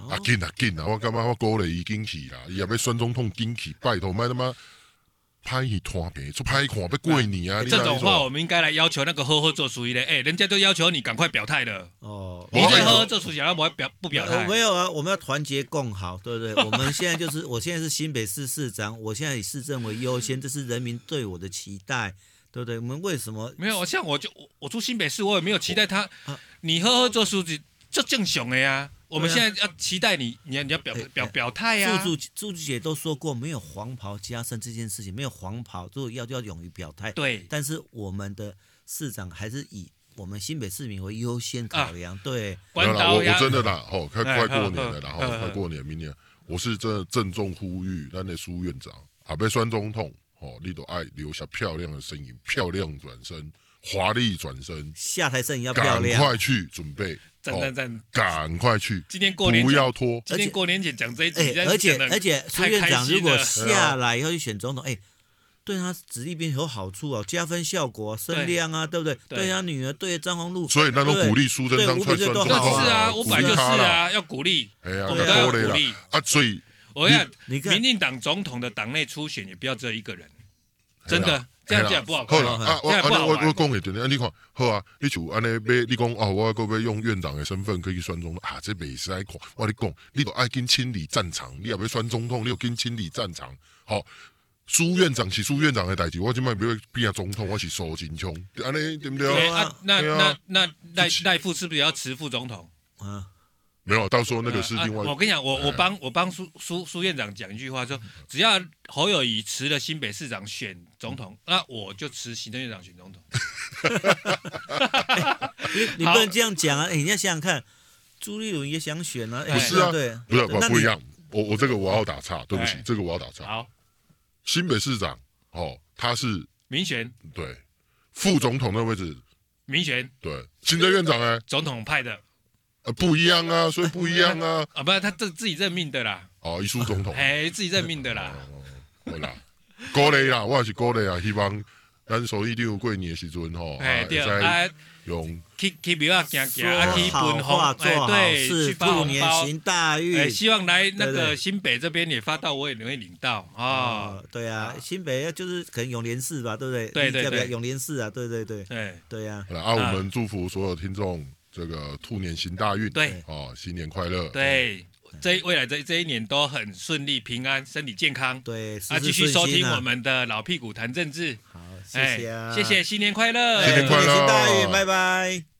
[SPEAKER 3] 啊紧啊紧啊！我感觉我鼓励伊进去啦，伊也要选总统进去，拜托卖他妈拍去摊平，出拍看要过年啊！你知
[SPEAKER 1] 这
[SPEAKER 3] 道
[SPEAKER 1] 种
[SPEAKER 3] 意思
[SPEAKER 1] 话
[SPEAKER 3] 吗
[SPEAKER 1] 我们应该来要求那个呵呵做主义的，哎、人家都要求你赶快表态了，
[SPEAKER 2] 哦，
[SPEAKER 1] 你
[SPEAKER 3] 我
[SPEAKER 1] 在
[SPEAKER 3] 也
[SPEAKER 1] 呵呵做主义，要不表不表态
[SPEAKER 2] 呃？没有啊，我们要团结共好，对不对？我们现在就是，我现在是新北市市长，我现在以市政为优先，这是人民对我的期待。对不对？我们为什么
[SPEAKER 1] 没有，像我就我我住新北市，我也没有期待他
[SPEAKER 2] 啊，
[SPEAKER 1] 你呵呵做书记就正雄了呀。我们现在要期待你，你要你要表
[SPEAKER 2] 啊哎
[SPEAKER 1] 表
[SPEAKER 2] 哎
[SPEAKER 1] 表态呀。
[SPEAKER 2] 朱主朱姐都说过，没有黄袍加身这件事情，没有黄袍，就要就要勇于表态。
[SPEAKER 1] 对
[SPEAKER 2] 但是我们的市长还是以我们新北市民为优先考
[SPEAKER 1] 啊
[SPEAKER 2] 量，对，
[SPEAKER 3] 没
[SPEAKER 1] 关
[SPEAKER 3] 有啦，我
[SPEAKER 1] 岛呀
[SPEAKER 3] 我，真的啦，吼，快
[SPEAKER 1] 哎
[SPEAKER 3] 快过年了啦，
[SPEAKER 1] 呵呵
[SPEAKER 3] 然后
[SPEAKER 1] 呵呵
[SPEAKER 3] 快过年，明年我是真的郑重呼吁，咱的苏院长啊，被酸中痛，哦，你都爱留下漂亮的身影，漂亮转身，华丽转身，
[SPEAKER 2] 下台证也要漂
[SPEAKER 3] 赶
[SPEAKER 2] 亮，
[SPEAKER 3] 快去准备，
[SPEAKER 1] 赞赞
[SPEAKER 3] 哦，
[SPEAKER 1] 赞！
[SPEAKER 3] 赶快去，
[SPEAKER 1] 今天过年
[SPEAKER 3] 不
[SPEAKER 1] 前，
[SPEAKER 3] 要拖，
[SPEAKER 1] 今天过年前讲这一
[SPEAKER 2] 哎
[SPEAKER 1] 集，真，的
[SPEAKER 2] 而且
[SPEAKER 1] 讲得
[SPEAKER 2] 而且苏
[SPEAKER 1] 太
[SPEAKER 2] 院
[SPEAKER 1] 开
[SPEAKER 2] 长
[SPEAKER 1] 心
[SPEAKER 2] 如果
[SPEAKER 1] 了
[SPEAKER 2] 下来以后去选总统，哎，对他子弟兵有好处哦，加分效果、声量啊，对不对？
[SPEAKER 1] 对
[SPEAKER 2] 对他女儿，对张宏禄，
[SPEAKER 3] 所以那都
[SPEAKER 2] 对
[SPEAKER 3] 鼓励苏贞昌
[SPEAKER 2] 对
[SPEAKER 3] 串
[SPEAKER 2] 我觉
[SPEAKER 3] 酸
[SPEAKER 2] 得
[SPEAKER 3] 中
[SPEAKER 2] 都
[SPEAKER 1] 那
[SPEAKER 2] 好
[SPEAKER 3] 痛
[SPEAKER 1] 就是啊，
[SPEAKER 2] 好
[SPEAKER 1] 我
[SPEAKER 3] 鼓
[SPEAKER 1] 本来就
[SPEAKER 3] 励
[SPEAKER 1] 是
[SPEAKER 3] 他啦，
[SPEAKER 1] 啊，要鼓励。
[SPEAKER 3] 哎呀，
[SPEAKER 2] 对啊
[SPEAKER 3] 那多
[SPEAKER 1] 要鼓
[SPEAKER 3] 累
[SPEAKER 1] 励
[SPEAKER 3] 了啊，所以
[SPEAKER 1] 我跟
[SPEAKER 2] 你
[SPEAKER 1] 你
[SPEAKER 2] 你
[SPEAKER 1] 讲，
[SPEAKER 2] 看
[SPEAKER 1] 民进党总统的党内初选也不要只有一个
[SPEAKER 3] 哎
[SPEAKER 1] 人，真的这样
[SPEAKER 3] 嘿啦
[SPEAKER 1] 这样不好看哦
[SPEAKER 3] 好啦，啊，我
[SPEAKER 1] 这样不好
[SPEAKER 3] 啊，我
[SPEAKER 1] 玩
[SPEAKER 3] 我讲给对啊，你看，好啊，你就安尼要你讲哦，我要要用院长的身份可以选总统啊，这袂使看。我跟你讲，你都爱跟清理战场，你也要选总统，你要跟清理战场。好、苏院长是苏院长的代志，我今摆不要变总统，我是苏金昌，安尼对不
[SPEAKER 1] 对
[SPEAKER 3] 对？
[SPEAKER 1] 啊，那
[SPEAKER 3] 对啊
[SPEAKER 1] 那那赖赖副是不是也要辞副总统？
[SPEAKER 2] 啊，
[SPEAKER 3] 没有，到时候那个是另外
[SPEAKER 1] 啊。我跟你讲，我我帮我帮苏苏苏院长讲一句话，说只要侯友谊辞了新北市长选总统，那我就辞行政院长选总统。
[SPEAKER 2] 你不能这样讲啊！哎，你要想想看，朱立伦也想选啊，哎
[SPEAKER 1] 不
[SPEAKER 3] 是啊
[SPEAKER 2] 对
[SPEAKER 3] 不是不
[SPEAKER 2] 那你
[SPEAKER 3] 不一样，我我这个我要打岔，对不起
[SPEAKER 1] 哎，
[SPEAKER 3] 这个我要打岔。
[SPEAKER 1] 好，
[SPEAKER 3] 新北市长哦，他是
[SPEAKER 1] 民选
[SPEAKER 3] 对副总统那位置，
[SPEAKER 1] 民选
[SPEAKER 3] 对行政院长哎、
[SPEAKER 1] 总统派的
[SPEAKER 3] 呃，不一样啊，所以不一样啊。
[SPEAKER 1] 啊，不，他自自己任命的啦，
[SPEAKER 3] 哦，一苏 总统，
[SPEAKER 1] 哎，自己任命的啦。
[SPEAKER 3] 好啦，鼓励啦，我也是鼓励啊，希望咱所以六过年的时阵
[SPEAKER 2] 哦
[SPEAKER 3] 吼，
[SPEAKER 1] 哎，对
[SPEAKER 3] 再
[SPEAKER 1] 啊，
[SPEAKER 3] 用
[SPEAKER 1] 去去庙啊行行，啊去
[SPEAKER 2] 说
[SPEAKER 1] 分红，
[SPEAKER 2] 好话做
[SPEAKER 1] 哎，
[SPEAKER 2] 好
[SPEAKER 1] 对，
[SPEAKER 2] 事，
[SPEAKER 1] 去发
[SPEAKER 2] 兔
[SPEAKER 1] 红
[SPEAKER 2] 年
[SPEAKER 1] 包。
[SPEAKER 2] 行大
[SPEAKER 1] 哎，
[SPEAKER 2] 运。
[SPEAKER 1] 希望来那
[SPEAKER 2] 对
[SPEAKER 1] 个
[SPEAKER 2] 对
[SPEAKER 1] 新北这边也发到，我也会领到啊。
[SPEAKER 2] 哦，对啊，新北就是可能永联寺吧，对不对？
[SPEAKER 1] 对对
[SPEAKER 2] 要不要
[SPEAKER 1] 对
[SPEAKER 2] 永联寺啊？对对对
[SPEAKER 1] 对
[SPEAKER 2] 对啊，
[SPEAKER 3] 好啦，啊，我们祝福所有听众这个兔年行大运，
[SPEAKER 1] 对
[SPEAKER 3] 哦，新年快乐，，
[SPEAKER 1] 对，这未来这这一年都很顺利、平安、身体健康。
[SPEAKER 2] 对，事
[SPEAKER 1] 啊，
[SPEAKER 2] 事
[SPEAKER 1] 继续
[SPEAKER 2] 顺
[SPEAKER 1] 收
[SPEAKER 2] 心
[SPEAKER 1] 听
[SPEAKER 2] 啊
[SPEAKER 1] 我。们的老屁股谈政治。
[SPEAKER 2] 好，谢
[SPEAKER 1] 哎
[SPEAKER 2] 谢啊，
[SPEAKER 1] 谢谢，新年快乐，
[SPEAKER 3] 新年快乐
[SPEAKER 2] 新大运，拜拜。